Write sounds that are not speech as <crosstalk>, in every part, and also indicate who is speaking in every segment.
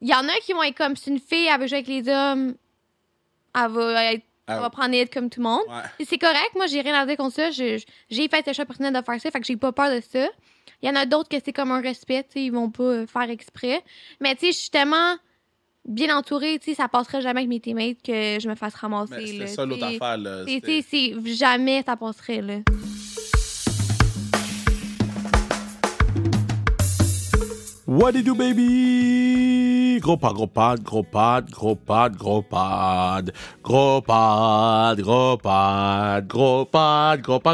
Speaker 1: Il y en a qui vont être comme, c'est une fille, elle veut jouer avec les hommes, elle va, être-
Speaker 2: Ah
Speaker 1: elle
Speaker 2: ouais.
Speaker 1: va prendre des hits comme tout le monde.
Speaker 2: Ouais.
Speaker 1: Et C'est correct, moi, j'ai rien à dire contre ça. Je- je- J'ai fait le choix personnel de faire ça, fait que j'ai pas peur de ça. Il y en a d'autres que c'est comme un respect, tu sais, ils vont pas euh, faire exprès. Mais tu sais, je suis tellement bien entourée, tu sais, ça passera jamais avec mes teammates que je me fasse ramasser.
Speaker 2: Mais
Speaker 1: là,
Speaker 2: c'était ça l'autre
Speaker 1: tu sais.
Speaker 2: affaire. Là.
Speaker 1: C'est-
Speaker 2: C'était-
Speaker 1: c'est- c'est- jamais ça passerait, là.
Speaker 2: What do you do, baby? Gros pod, gros pod, gros pod, gros pod, gros pod. Gros pod, gros pod, gros pod, gros pod,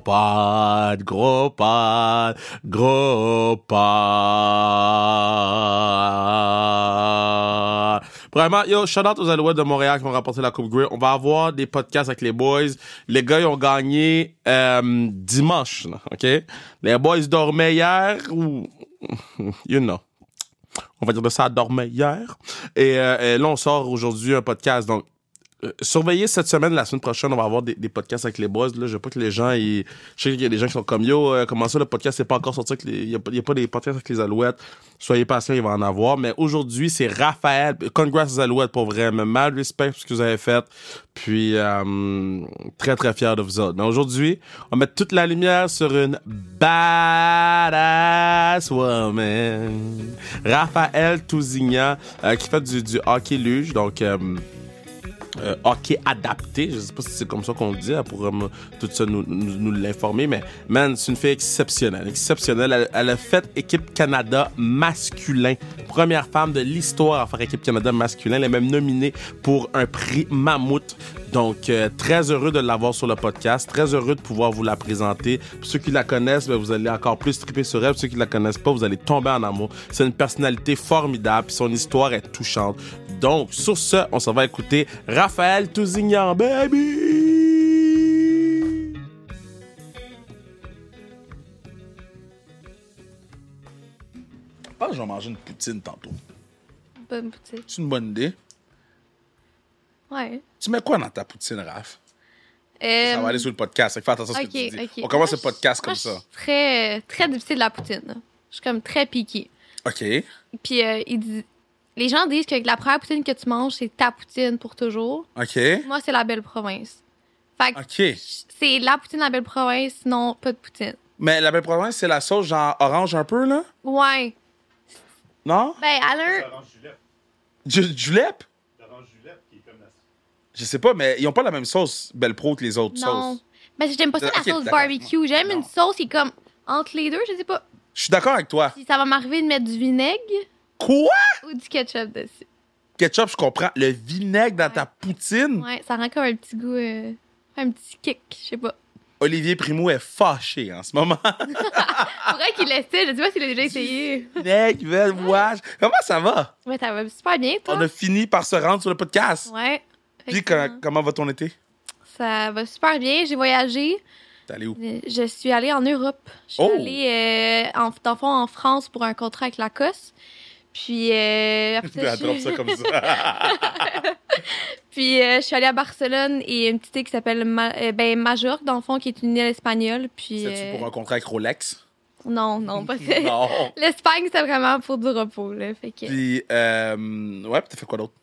Speaker 2: gros pod, gros pod, gros pod, gros pod. Vraiment, yo, shout out aux Alouettes de Montréal qui ont remporté la Coupe Grey. On va avoir des podcasts avec les boys. Les gars, ils ont gagné euh, dimanche, là, OK? Les boys dormaient hier ou you know. On va dire de ça, dormait hier. Et, euh, et là, on sort aujourd'hui un podcast. Donc, euh, surveillez cette semaine, la semaine prochaine, on va avoir des, des podcasts avec les boys. Là, je veux pas que les gens, ils- je sais qu'il y a des gens qui sont comme yo, euh, comment ça, le podcast, c'est pas encore sorti, avec les- il y, a pas- il y a pas des podcasts avec les Alouettes. Soyez patients, il va en avoir. Mais aujourd'hui, c'est Raphaël. Congrats aux Alouettes pour vrai. Mais mal respect pour ce que vous avez fait. Puis, euh, très, très fier de vous autres. Mais aujourd'hui, on va mettre toute la lumière sur une badass woman. Raphaël Tousignan, euh, qui fait du, du hockey luge. Donc, euh, euh, hockey adapté. Je sais pas si c'est comme ça qu'on le dit. Elle pourrait me- tout ça nous, nous- nous l'informer. Mais man, c'est une fille exceptionnelle. Exceptionnelle. Elle, elle a fait équipe Canada masculin. Première femme de l'histoire à faire équipe Canada masculin. Elle est même nominée pour un prix Mammouth. Donc, euh, très heureux de l'avoir sur le podcast. Très heureux de pouvoir vous la présenter. Pour ceux qui la connaissent, ben, vous allez encore plus triper sur elle. Pour ceux qui la connaissent pas, vous allez tomber en amour. C'est une personnalité formidable. puis Son histoire est touchante. Donc, sur ce, on s'en va écouter Raphaël Tousignan, baby!
Speaker 3: Je pense que je vais manger une poutine tantôt.
Speaker 1: Bonne boutique.
Speaker 3: C'est une bonne idée.
Speaker 1: Ouais.
Speaker 3: Tu mets quoi dans ta poutine, Raph?
Speaker 1: Euh,
Speaker 3: Ça va aller sur le podcast. fait que Fais attention à ce
Speaker 1: ok,
Speaker 3: que tu dis.
Speaker 1: ok.
Speaker 3: On commence
Speaker 1: Moi,
Speaker 3: le podcast
Speaker 1: je-
Speaker 3: comme
Speaker 1: moi,
Speaker 3: ça.
Speaker 1: Je suis très, très difficile de la poutine. là. Je suis comme très piquée.
Speaker 3: OK.
Speaker 1: Puis euh, ils disent- les gens disent que la première poutine que tu manges, c'est ta poutine pour toujours.
Speaker 3: OK.
Speaker 1: Moi, c'est la belle province. Fait que
Speaker 3: OK.
Speaker 1: c'est la poutine de la belle province, sinon pas de poutine.
Speaker 3: Mais la belle province, c'est la sauce genre orange un peu, là?
Speaker 1: Ouais.
Speaker 3: Non?
Speaker 1: Ben, Alain,
Speaker 4: L'orange julep.
Speaker 3: Du julep?
Speaker 4: L'orange julep qui est comme la
Speaker 3: Je sais pas, mais ils ont pas la même sauce Belle Pro que les autres
Speaker 1: non.
Speaker 3: sauces.
Speaker 1: Ben, j'aime pas ça, la
Speaker 3: Ok,
Speaker 1: sauce
Speaker 3: d'accord.
Speaker 1: barbecue. J'aime
Speaker 3: Non.
Speaker 1: une sauce qui est comme entre les deux, je sais pas.
Speaker 3: Je suis d'accord avec toi.
Speaker 1: Si ça va m'arriver de mettre du vinaigre
Speaker 3: Quoi?
Speaker 1: ou du ketchup dessus.
Speaker 3: Ketchup, je comprends. Le vinaigre dans ta poutine?
Speaker 1: Ouais, ça rend comme un petit goût, euh, un petit kick, je sais pas.
Speaker 3: Olivier Primo est fâché en ce moment. <laughs>
Speaker 1: Faudrait qu'il l'essaie, je sais pas s'il a déjà essayé.
Speaker 3: Vinaigre, vinaigre, ouage. Comment ça va?
Speaker 1: Mais ça va super bien, toi.
Speaker 3: On a fini par se rendre sur le podcast.
Speaker 1: Ouais.
Speaker 3: Puis,
Speaker 1: Effectivement.
Speaker 3: comment- comment va ton été?
Speaker 1: Ça va super bien. J'ai voyagé.
Speaker 3: T'es allé où?
Speaker 1: Euh, Je suis allée en Europe. Je suis
Speaker 3: Oh!
Speaker 1: allée, euh, en, dans le fond, en France pour un contrat avec Lacoste. Puis,
Speaker 3: <laughs>
Speaker 1: euh, après ça,
Speaker 3: Elle
Speaker 1: je-
Speaker 3: drop ça comme ça.
Speaker 1: puis euh, je suis allée à Barcelone et une petite île qui s'appelle Ma- euh, ben, Majorque, dans le fond, qui est une île espagnole. Puis,
Speaker 3: C'est-tu
Speaker 1: euh, <laughs>
Speaker 3: pour un contrat avec Rolex?
Speaker 1: Non, non,
Speaker 3: <laughs>
Speaker 1: pas ça.
Speaker 3: Non.
Speaker 1: L'Espagne, c'est vraiment pour du repos. Là. Fait que
Speaker 3: Puis, euh, ouais, puis t'as fait quoi d'autre?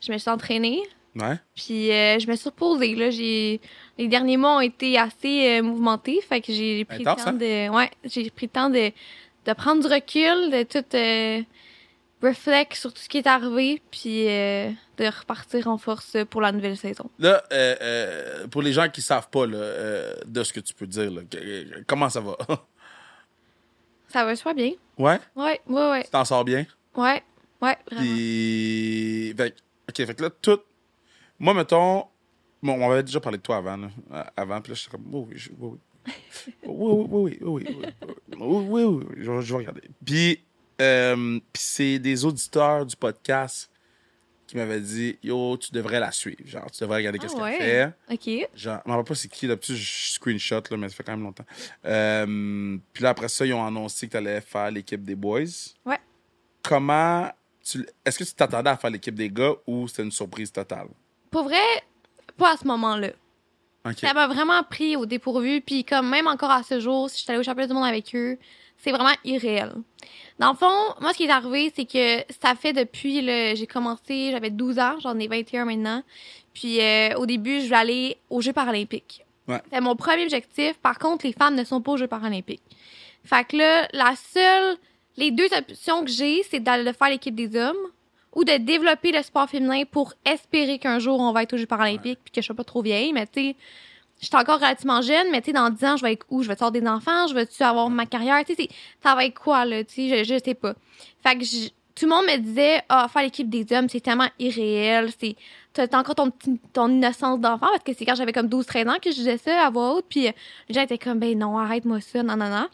Speaker 1: Je me suis entraînée.
Speaker 3: Ouais.
Speaker 1: Puis euh, je me suis reposée. Là, j'ai... Les derniers mois ont été assez euh, mouvementés. Fait que j'ai pris
Speaker 3: Intense,
Speaker 1: le temps
Speaker 3: hein?
Speaker 1: de. Ouais, j'ai pris le temps de, de prendre du recul, de tout euh, reflect sur tout ce qui est arrivé, puis euh, de repartir en force pour la nouvelle saison.
Speaker 3: Là, euh, euh, pour les gens qui savent pas là, euh, de ce que tu peux dire, là, que- comment ça va? <laughs>
Speaker 1: Ça va super bien.
Speaker 3: ouais?
Speaker 1: Ouais, ouais, ouais.
Speaker 3: Tu t'en sors bien?
Speaker 1: Ouais, ouais, vraiment.
Speaker 3: Puis, fait que- OK, fait que là, tout... Moi, mettons... Bon, on avait déjà parlé de toi avant, là. Euh, Avant, puis là, j'étais comme... Oui, oui, je- oui, oui. Oui, oui, oui, oui, oui, oui, oui, oui, oui, oui, oui, je, vais- je vais regarder. Puis, euh, puis c'est des auditeurs du podcast qui m'avaient dit, yo, tu devrais la suivre, genre, tu devrais regarder
Speaker 1: Ah
Speaker 3: qu'est-ce
Speaker 1: ouais.
Speaker 3: qu'elle fait.
Speaker 1: OK.
Speaker 3: Genre, je m'en rappelle pas c'est qui, là, petit screenshot, là, mais ça fait quand même longtemps. Euh, puis là, après ça, ils ont annoncé que tu allais faire l'équipe des boys.
Speaker 1: Ouais.
Speaker 3: Comment. tu l- Est-ce que tu t'attendais à faire l'équipe des gars ou c'était une surprise totale?
Speaker 1: Pour vrai, pas à ce moment-là.
Speaker 3: OK.
Speaker 1: Ah, Ça m'a vraiment pris au dépourvu. Puis comme même encore à ce jour, si je suis allée au championnat du monde avec eux, c'est vraiment irréel. Dans le fond, moi, ce qui est arrivé, c'est que ça fait depuis le. J'ai commencé, j'avais 12 ans, j'en ai 21 maintenant. Puis euh, au début, je voulais aller aux Jeux paralympiques.
Speaker 2: Ouais.
Speaker 1: C'était mon premier objectif. Par contre, les femmes ne sont pas aux Jeux paralympiques. Fait que là, la seule. Les deux options que j'ai, c'est d'aller le faire l'équipe des hommes ou de développer le sport féminin pour espérer qu'un jour on va être aux Jeux paralympiques puis que je sois pas trop vieille, mais tu sais, je suis encore relativement jeune, mais tu sais, dans 10 ans, je vais être où? Je vais avoir des enfants? Je vais-tu avoir ma carrière? Tu sais, c'est- ça va être quoi, là? Tu sais, je, je sais pas. Fait que je- tout le monde me disait, ah, faire l'équipe des hommes, c'est tellement irréel, c'est... T'as t'as encore ton, petit- ton innocence d'enfant, parce que c'est quand j'avais comme 12-13 ans que je disais ça à voix haute, puis euh, les gens étaient comme, ben non, arrête-moi ça, non, non, non.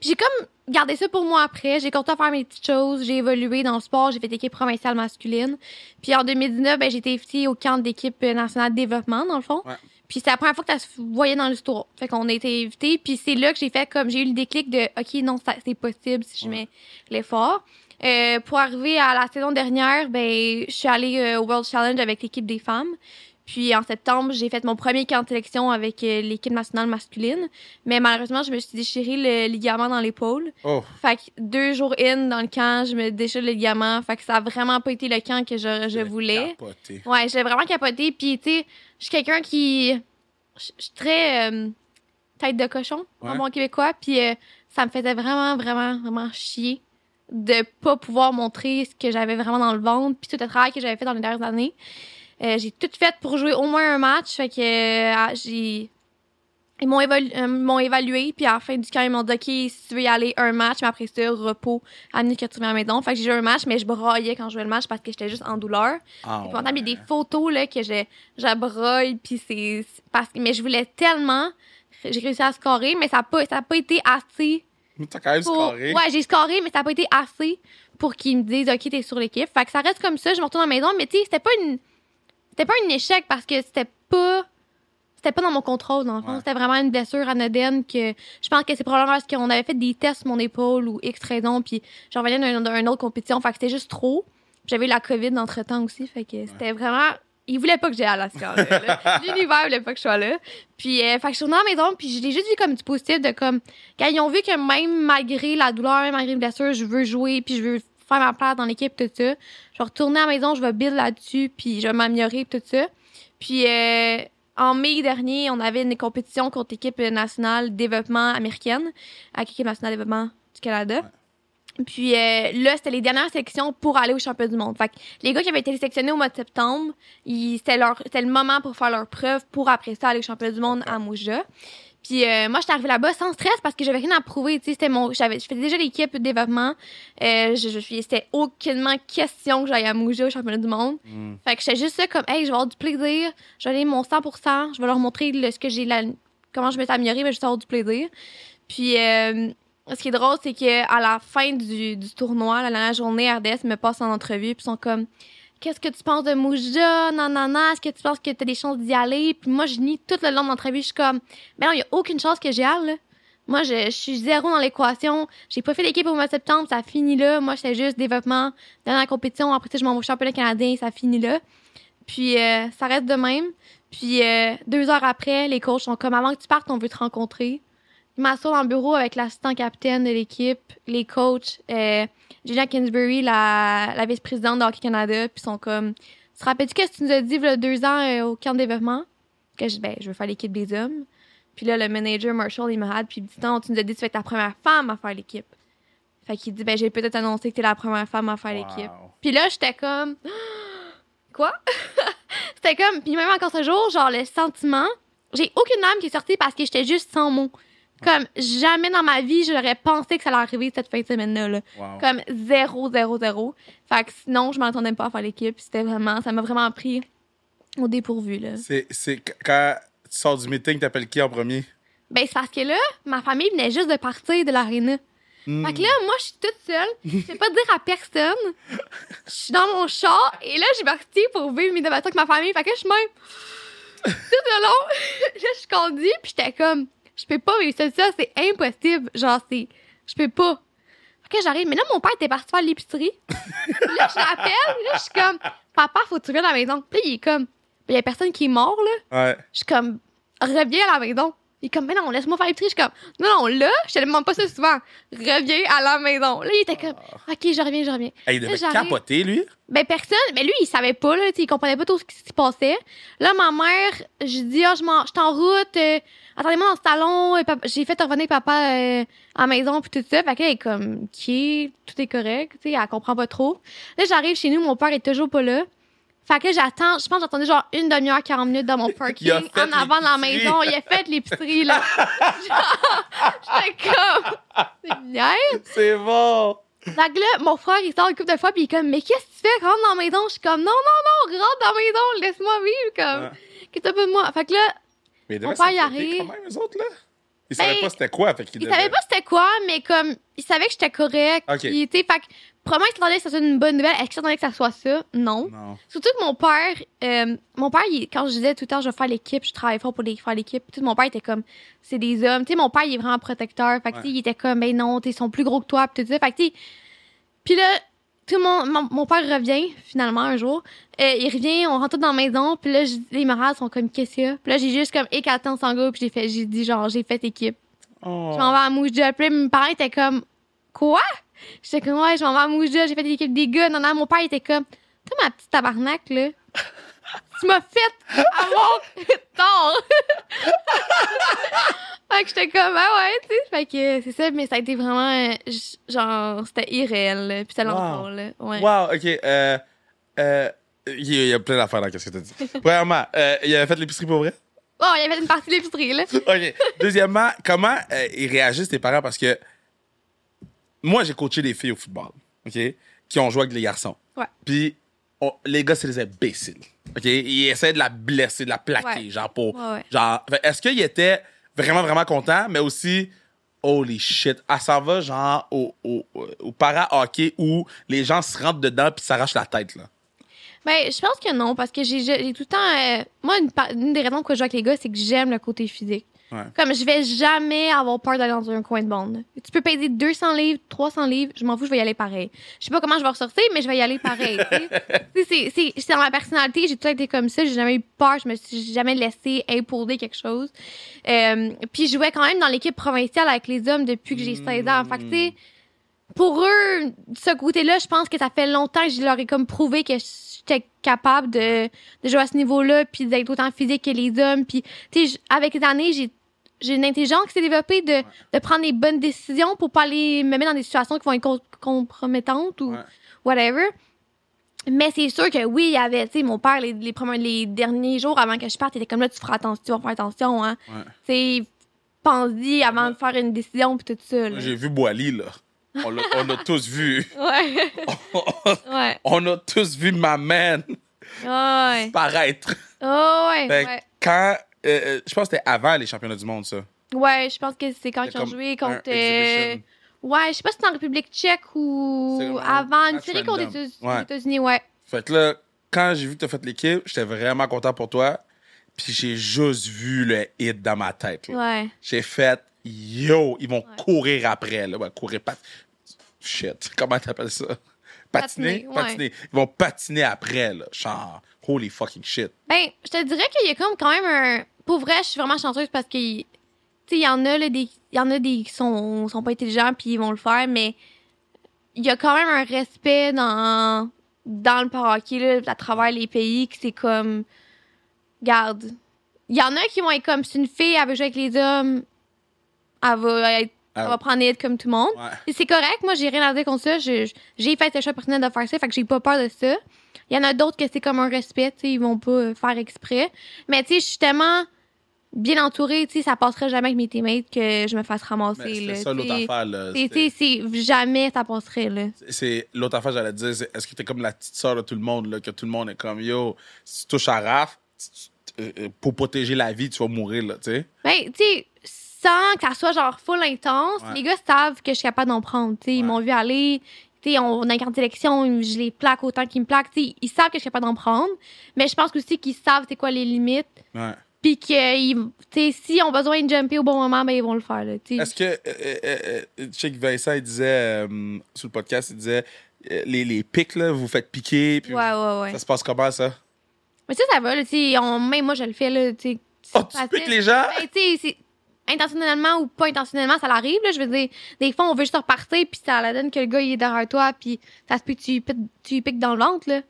Speaker 1: Puis j'ai comme gardé ça pour moi après. J'ai continué à faire mes petites choses. J'ai évolué dans le sport. J'ai fait équipe provinciale masculine. Puis en 2019, ben, j'ai été invitée au camp d'équipe nationale de développement, dans le fond.
Speaker 2: Ouais.
Speaker 1: Puis c'est la première fois que ça se voyait dans l'histoire. Fait qu'on a été invité. Puis c'est là que j'ai fait comme, j'ai eu le déclic de, OK, non, ça- c'est possible si je mets l'effort. Euh, pour arriver à la saison dernière, ben, je suis allée euh, au World Challenge avec l'équipe des femmes. Puis en septembre, j'ai fait mon premier camp de sélection avec euh, l'équipe nationale masculine. Mais malheureusement, je me suis déchiré le ligament dans l'épaule.
Speaker 2: Oh,
Speaker 1: Fait que deux jours in dans le camp, je me déchire le ligament. Fait que ça a vraiment pas été le camp que je, je
Speaker 2: j'ai
Speaker 1: voulais.
Speaker 2: capoté.
Speaker 1: Ouais, j'ai vraiment capoté. Puis, tu sais, je suis quelqu'un qui. Je je suis très euh, tête de cochon, en
Speaker 2: Ouais.
Speaker 1: bon québécois. Puis, euh, ça me faisait vraiment, vraiment, vraiment chier de pas pouvoir montrer ce que j'avais vraiment dans le ventre. Puis, tout le travail que j'avais fait dans les dernières années. Euh, j'ai tout fait pour jouer au moins un match. Fait que euh, ah, j'ai. Ils m'ont évalu- euh, m'ont évalué, puis à la fin du camp, ils m'ont dit OK, si tu veux y aller un match, mais après ça, repos, amener que tu reviens à la maison. Fait que j'ai joué un match, mais je braillais quand je jouais le match parce que j'étais juste en douleur.
Speaker 2: Ah,
Speaker 1: Puis pendant,
Speaker 2: ouais.
Speaker 1: il y a des photos là, que je- j'abroille, puis c'est. c'est parce que- Mais je voulais tellement. J'ai réussi à scorer, mais ça n'a pas, ça a pas été assez.
Speaker 2: Mais T'as quand même
Speaker 1: Pour...
Speaker 2: scoré.
Speaker 1: Ouais, j'ai scoré, mais ça n'a pas été assez pour qu'ils me disent, OK, t'es sur l'équipe. Fait que ça reste comme ça, je me retourne à la maison, mais tu sais, c'était pas une. C'était pas un échec parce que c'était pas. C'était pas dans mon contrôle, dans le fond.
Speaker 2: Ouais.
Speaker 1: C'était vraiment une blessure anodine que je pense que c'est probablement parce qu'on avait fait des tests sur mon épaule ou X raison, puis j'en revenais d'un- d'une autre compétition. Fait que c'était juste trop. Puis J'avais eu la COVID entre temps aussi. Fait que c'était vraiment. Il voulait pas que j'aille à la science,
Speaker 2: <laughs>
Speaker 1: là. L'univers voulait pas que je sois là. Puis, euh, fait que je suis retournée à la maison, puis je l'ai juste vu comme du positif, de comme. Quand ils ont vu que même malgré la douleur, même malgré les blessures, je veux jouer, puis je veux faire ma place dans l'équipe, tout ça. Je vais retourner à la maison, je vais build là-dessus, puis je vais m'améliorer, tout ça. Puis, euh, en mai dernier, on avait une compétition contre l'équipe nationale développement américaine, avec l'équipe nationale développement du Canada. Puis euh, là, c'était les dernières sections pour aller au championnat du monde. Fait que les gars qui avaient été sélectionnés au mois de septembre, ils- c'était leur c'était le moment pour faire leur preuve pour après ça aller au championnat du monde à Moja. Puis euh, moi, j'étais arrivée là-bas sans stress parce que j'avais rien à prouver. Tu sais, c'était mon, j'avais, je faisais déjà l'équipe de développement. Euh, je, je, c'était aucunement question que j'aille à Moja au championnat du monde.
Speaker 2: Mm.
Speaker 1: Fait que j'étais juste là comme, hey, je vais avoir du plaisir, je vais aller mon 100%, je vais leur montrer le- ce que j'ai, la, comment je vais t'améliorer, mais je vais avoir du plaisir. Puis, euh, ce qui est drôle, c'est que à la fin du, du tournoi, la dernière journée, RDS me passe en entrevue, puis ils sont comme, qu'est-ce que tu penses de Mouja, nanana, est-ce que tu penses que t'as des chances d'y aller? Puis moi, je nie tout le long de l'entrevue, je suis comme, ben non, il y a aucune chance que j'y aille, là. Moi, je, je suis zéro dans l'équation. J'ai pas fait d'équipe au mois de septembre, ça finit là. Moi, j'étais juste développement, dernière compétition. Après ça, je m'en vais au championnat canadien, ça finit là. Puis euh, ça reste de même. Puis euh, deux heures après, les coachs sont comme avant que tu partes, on veut te rencontrer. Je m'assois dans le bureau avec l'assistant capitaine de l'équipe, les coachs, euh, Julia Kingsbury, la, la vice-présidente de Hockey Canada, puis ils sont comme Tu te rappelles-tu qu'est-ce que tu nous as dit il deux ans euh, au camp de développement Que je, ben, je veux faire l'équipe des hommes. Puis là, le manager Marshall, il me rate, puis il me dit Non, tu nous as dit que tu vas être la première femme à faire l'équipe. Fait qu'il dit Ben, j'ai peut-être annoncé que t'es la première femme à faire l'équipe.
Speaker 2: Wow.
Speaker 1: Puis là, j'étais comme. <gasps> Quoi? <laughs> C'était comme. Puis même encore ce jour, genre, le sentiment. J'ai aucune âme qui est sortie parce que j'étais juste sans mots. Comme jamais dans ma vie, j'aurais pensé que ça allait arriver cette fin de semaine-là. là.
Speaker 2: Wow.
Speaker 1: Comme zéro, zéro, zéro. Fait que sinon, je m'entendais pas à faire l'équipe. C'était vraiment. Ça m'a vraiment pris au dépourvu, là.
Speaker 2: C'est c'est qu- quand tu sors du meeting, t'appelles qui en premier?
Speaker 1: Ben, c'est parce que là, ma famille venait juste de partir de l'aréna.
Speaker 2: Mm.
Speaker 1: Fait que là, moi, je suis toute seule. Je vais pas dire à personne. Je suis dans mon char et là, j'ai parti pour vivre mes débattants avec ma famille. Fait que je suis même. Tout le long, <laughs> là, je conduis puis j'étais comme, je peux pas vivre ça, ça, c'est impossible. Genre, c'est. Je peux pas. Fait que j'arrive. Mais là, mon père était parti faire l'épicerie. Puis là, je l'appelle. puis Là, je suis comme, papa, faut que tu viennes à la maison. Puis là, il est comme, il y a personne qui est mort, là.
Speaker 2: Ouais.
Speaker 1: Je suis comme, reviens à la maison. Il est comme, mais non, laisse-moi faire les tri. Je suis comme, non, non, là, je te demande pas ça souvent. Reviens à la maison. Là, il était comme, OK, je reviens, je reviens.
Speaker 2: Hey, il devait
Speaker 1: Là, j'arrive.
Speaker 2: capoter, lui. <laughs>
Speaker 1: Ben, personne, mais lui, il savait pas, là, tu sais, il comprenait pas tout ce qui se passait. Là, ma mère, j'ai dit, ah, je m'en- je suis en route, euh, attendez-moi dans le salon, euh, papa- j'ai fait revenir papa euh, à la maison, puis tout ça. Fait qu'elle est comme, qui tout est correct, tu sais, elle comprend pas trop. Là, j'arrive chez nous, mon père est toujours pas là. Fait que j'attends, je pense, que j'attendais genre une demi-heure, 40 minutes dans mon parking,
Speaker 2: <laughs> Il a fait
Speaker 1: en avant de la
Speaker 2: l'épicerie.
Speaker 1: maison. Il a fait l'épicerie,
Speaker 2: <laughs>
Speaker 1: là. <laughs> Genre, J'étais comme, c'est une niaise.
Speaker 2: C'est bon.
Speaker 1: Fait que là, mon frère, il sort une couple de fois, puis il est comme, mais qu'est-ce que tu fais? Rentre dans la maison. Je suis comme, non, non, non, rentre dans la maison, laisse-moi vivre, comme, quitte un peu de moi. Fait que là,
Speaker 2: Mais ils devaient
Speaker 1: On peut y
Speaker 2: s'inquiéter
Speaker 1: arriver.
Speaker 2: quand même, eux autres, là. Ils
Speaker 1: Ben,
Speaker 2: savaient pas c'était quoi. Fait qu'ils
Speaker 1: il
Speaker 2: devaient-
Speaker 1: savait pas c'était quoi, mais comme, il savait que j'étais correcte.
Speaker 2: Ok.
Speaker 1: Puis, tu sais, fait que, probablement, il s'attendait que ça soit une bonne nouvelle. Est-ce qu'il s'attendait que ça soit ça? Non.
Speaker 2: Non.
Speaker 1: Surtout que mon père, euh, mon père, il- quand je disais tout le temps, je vais faire l'équipe, je travaille fort pour les- faire l'équipe, tout mon père était comme, c'est des hommes. Tu sais, mon père, il est vraiment protecteur. Fait que, tu sais, il était comme, ben non, tu sais, ils sont plus gros que toi, pis tout ça. Fait que, tu sais, Puis là, tout le monde, mon, mon père revient, finalement, un jour. Euh, il revient, on rentre tous dans la maison, puis là, je- les marades sont comme, qu'est-ce qu'il y a? Puis là, j'ai juste comme écarté en sangle, puis j'ai fait, j'ai dit, genre, j'ai fait équipe.
Speaker 2: Oh.
Speaker 1: Je m'en vais à Moujja. Puis là, mes parents étaient comme, quoi? J'étais comme, ouais, je m'en vais à Moujja, j'ai fait l'équipe des gars. Non, non, mon père était comme, toi, ma petite tabarnak,
Speaker 2: <laughs>
Speaker 1: là, tu m'as fait avoir <laughs> tort. <laughs> fait que j'étais comme, ah ouais, tu sais. Fait que c'est ça, mais ça a été vraiment, euh, j- genre, c'était irréel, là, puis c'était
Speaker 2: Wow.
Speaker 1: l'enfant, là. Ouais.
Speaker 2: Wow, OK. Euh, euh, il y a- il y a plein d'affaires dans ce que tu as
Speaker 1: <laughs>
Speaker 2: dit. Premièrement, euh, il avait fait l'épicerie pour vrai? <laughs>
Speaker 1: Oh, il y avait une partie de l'épicerie, là.
Speaker 2: OK. Deuxièmement, comment euh, ils réagissent tes parents? Parce que moi, j'ai coaché des filles au football, OK, qui ont joué avec les garçons.
Speaker 1: Ouais.
Speaker 2: Puis on- les gars, c'est des imbéciles. OK? Ils essaient de la blesser, de la plaquer,
Speaker 1: Ouais.
Speaker 2: genre pour.
Speaker 1: Ouais, ouais.
Speaker 2: Genre, fait, est-ce qu'ils étaient vraiment, vraiment contents, mais aussi. Holy shit, elle s'en va genre au, au, au para-hockey où les gens se rentrent dedans puis s'arrachent la tête, là.
Speaker 1: Ben, je pense que non, parce que j'ai j'ai tout le temps. euh, moi, une, par- une des raisons pourquoi je joue avec les gars, c'est que j'aime le côté physique.
Speaker 2: Ouais.
Speaker 1: Comme je vais jamais avoir peur d'aller dans un coin de bande. Tu peux payer 200 livres, 300 livres, je m'en fous, je vais y aller pareil. Je sais pas comment je vais ressortir, mais je vais y aller pareil. tu sais. Tu sais, c'est- c'est c'est dans ma personnalité, j'ai tout le temps été comme ça, j'ai jamais eu peur, je me suis jamais laissé imponder quelque chose. Euh, puis je jouais quand même dans l'équipe provinciale avec les hommes depuis que j'ai 16 ans. Fait que, tu sais, pour eux, de ce côté-là, je pense que ça fait longtemps que je leur ai comme prouvé que j'étais capable de, de jouer à ce niveau-là, puis d'être autant physique que les hommes. Puis, tu sais, j- avec les années, j'ai j'ai une intelligence qui s'est développée de, de prendre les bonnes décisions pour pas aller me mettre dans des situations qui vont être com- compromettantes ou
Speaker 2: Ouais.
Speaker 1: whatever. Mais c'est sûr que oui, il y avait, tu sais, mon père, les, les, premiers, les derniers jours avant que je parte, il était comme là, tu feras attention, tu vas faire attention, hein.
Speaker 2: Ouais.
Speaker 1: Tu sais, pense-y avant de faire une décision, puis tout ça, là.
Speaker 2: J'ai vu Boily, là. On l'a on l'a tous vu. <laughs>
Speaker 1: Ouais. <laughs> ouais.
Speaker 2: On a tous vu ma man
Speaker 1: Ouais.
Speaker 2: paraître.
Speaker 1: Oh, ouais.
Speaker 2: Fait que
Speaker 1: ouais.
Speaker 2: quand. euh, euh, je pense que c'était avant les championnats du monde, ça.
Speaker 1: Ouais, je pense que c'est quand
Speaker 2: C'était
Speaker 1: ils ont
Speaker 2: comme
Speaker 1: joué
Speaker 2: un
Speaker 1: contre. euh,
Speaker 2: exhibition.
Speaker 1: Ouais, je sais pas si c'est en République tchèque
Speaker 2: C'est
Speaker 1: ou
Speaker 2: vraiment
Speaker 1: avant
Speaker 2: un
Speaker 1: une
Speaker 2: match
Speaker 1: série contre les
Speaker 2: random.
Speaker 1: États-
Speaker 2: Ouais.
Speaker 1: les États-Unis, ouais.
Speaker 2: Fait que là, quand j'ai vu que t'as fait l'équipe, j'étais vraiment content pour toi. Puis j'ai juste vu le hit dans ma tête. là.
Speaker 1: Ouais.
Speaker 2: J'ai fait yo, ils vont courir après. Là. Ouais, courir, pat... Shit, <laughs> comment t'appelles ça? Patiner?
Speaker 1: Patiner, ouais.
Speaker 2: Patiner. Ils vont patiner après, là. Genre, holy fucking shit.
Speaker 1: Ben, je te dirais qu'il y a comme quand même un. Pour vrai, je suis vraiment chanceuse parce que. Tu sais, il y en a, là, des. Il y en a des qui sont, sont pas intelligents puis ils vont le faire, mais. Il y a quand même un respect dans. Dans le paroquet, là, à travers les pays, que c'est comme. Garde. Il y en a qui vont être comme. C'est une fille, elle veut jouer avec les hommes. Elle va être.
Speaker 2: Ah
Speaker 1: elle
Speaker 2: ouais.
Speaker 1: va prendre l'aide comme tout le monde.
Speaker 2: Ouais.
Speaker 1: Et c'est correct, moi, j'ai rien à dire contre ça. Je- je- J'ai fait le choix personnel de faire ça, fait que j'ai pas peur de ça. Il y en a d'autres que c'est comme un respect, tu sais, ils vont pas euh, faire exprès. Mais tu sais, je suis tellement bien entourée, tu sais, ça passerait jamais avec mes teammates que je me fasse
Speaker 2: Mais
Speaker 1: ramasser.
Speaker 2: C'était
Speaker 1: là,
Speaker 2: ça l'autre
Speaker 1: tu sais.
Speaker 2: affaire, là.
Speaker 1: C'est- tu
Speaker 2: C'était-
Speaker 1: sais, c'est- jamais ça passerait, là.
Speaker 2: c'est l'autre affaire j'allais te dire c'est est-ce que t'es comme la petite sœur de tout le monde là que tout le monde est comme yo si tu touches à Raph si tu- euh, euh, pour protéger la vie tu vas mourir là tu sais
Speaker 1: Ben, tu sais, sans que ça soit genre full intense,
Speaker 2: Ouais.
Speaker 1: les gars savent que je suis capable d'en prendre. tu sais. Ils
Speaker 2: Ouais.
Speaker 1: m'ont vu aller. tu sais, on on a une carte d'élection, ils- je les plaque autant qu'ils me plaquent. tu sais, Ils savent que je suis capable d'en prendre, mais je pense aussi qu'ils savent c'est quoi les limites.
Speaker 2: ouais.
Speaker 1: Puis que, ils- tu sais, s'ils ont besoin de jumper au bon moment, ben, ils vont le faire. Là, tu sais.
Speaker 2: est-ce que euh, euh, euh, je sais que Vincent il disait euh, sur le podcast il disait euh, les, les pics là vous faites piquer puis
Speaker 1: Ouais, ouais, ouais.
Speaker 2: ça se passe comment ça
Speaker 1: Mais ça, ça va, là, tu sais, on- même moi, je le fais, là, tu sais.
Speaker 2: oh
Speaker 1: c'est
Speaker 2: tu piques
Speaker 1: facile.
Speaker 2: les gens
Speaker 1: Ben, tu sais, c'est- intentionnellement ou pas intentionnellement, ça l'arrive. là. Je veux dire, des fois, on veut juste repartir, puis ça la donne que le gars, il est derrière toi, puis ça se peut que tu lui piques, tu lui piques dans le ventre, là.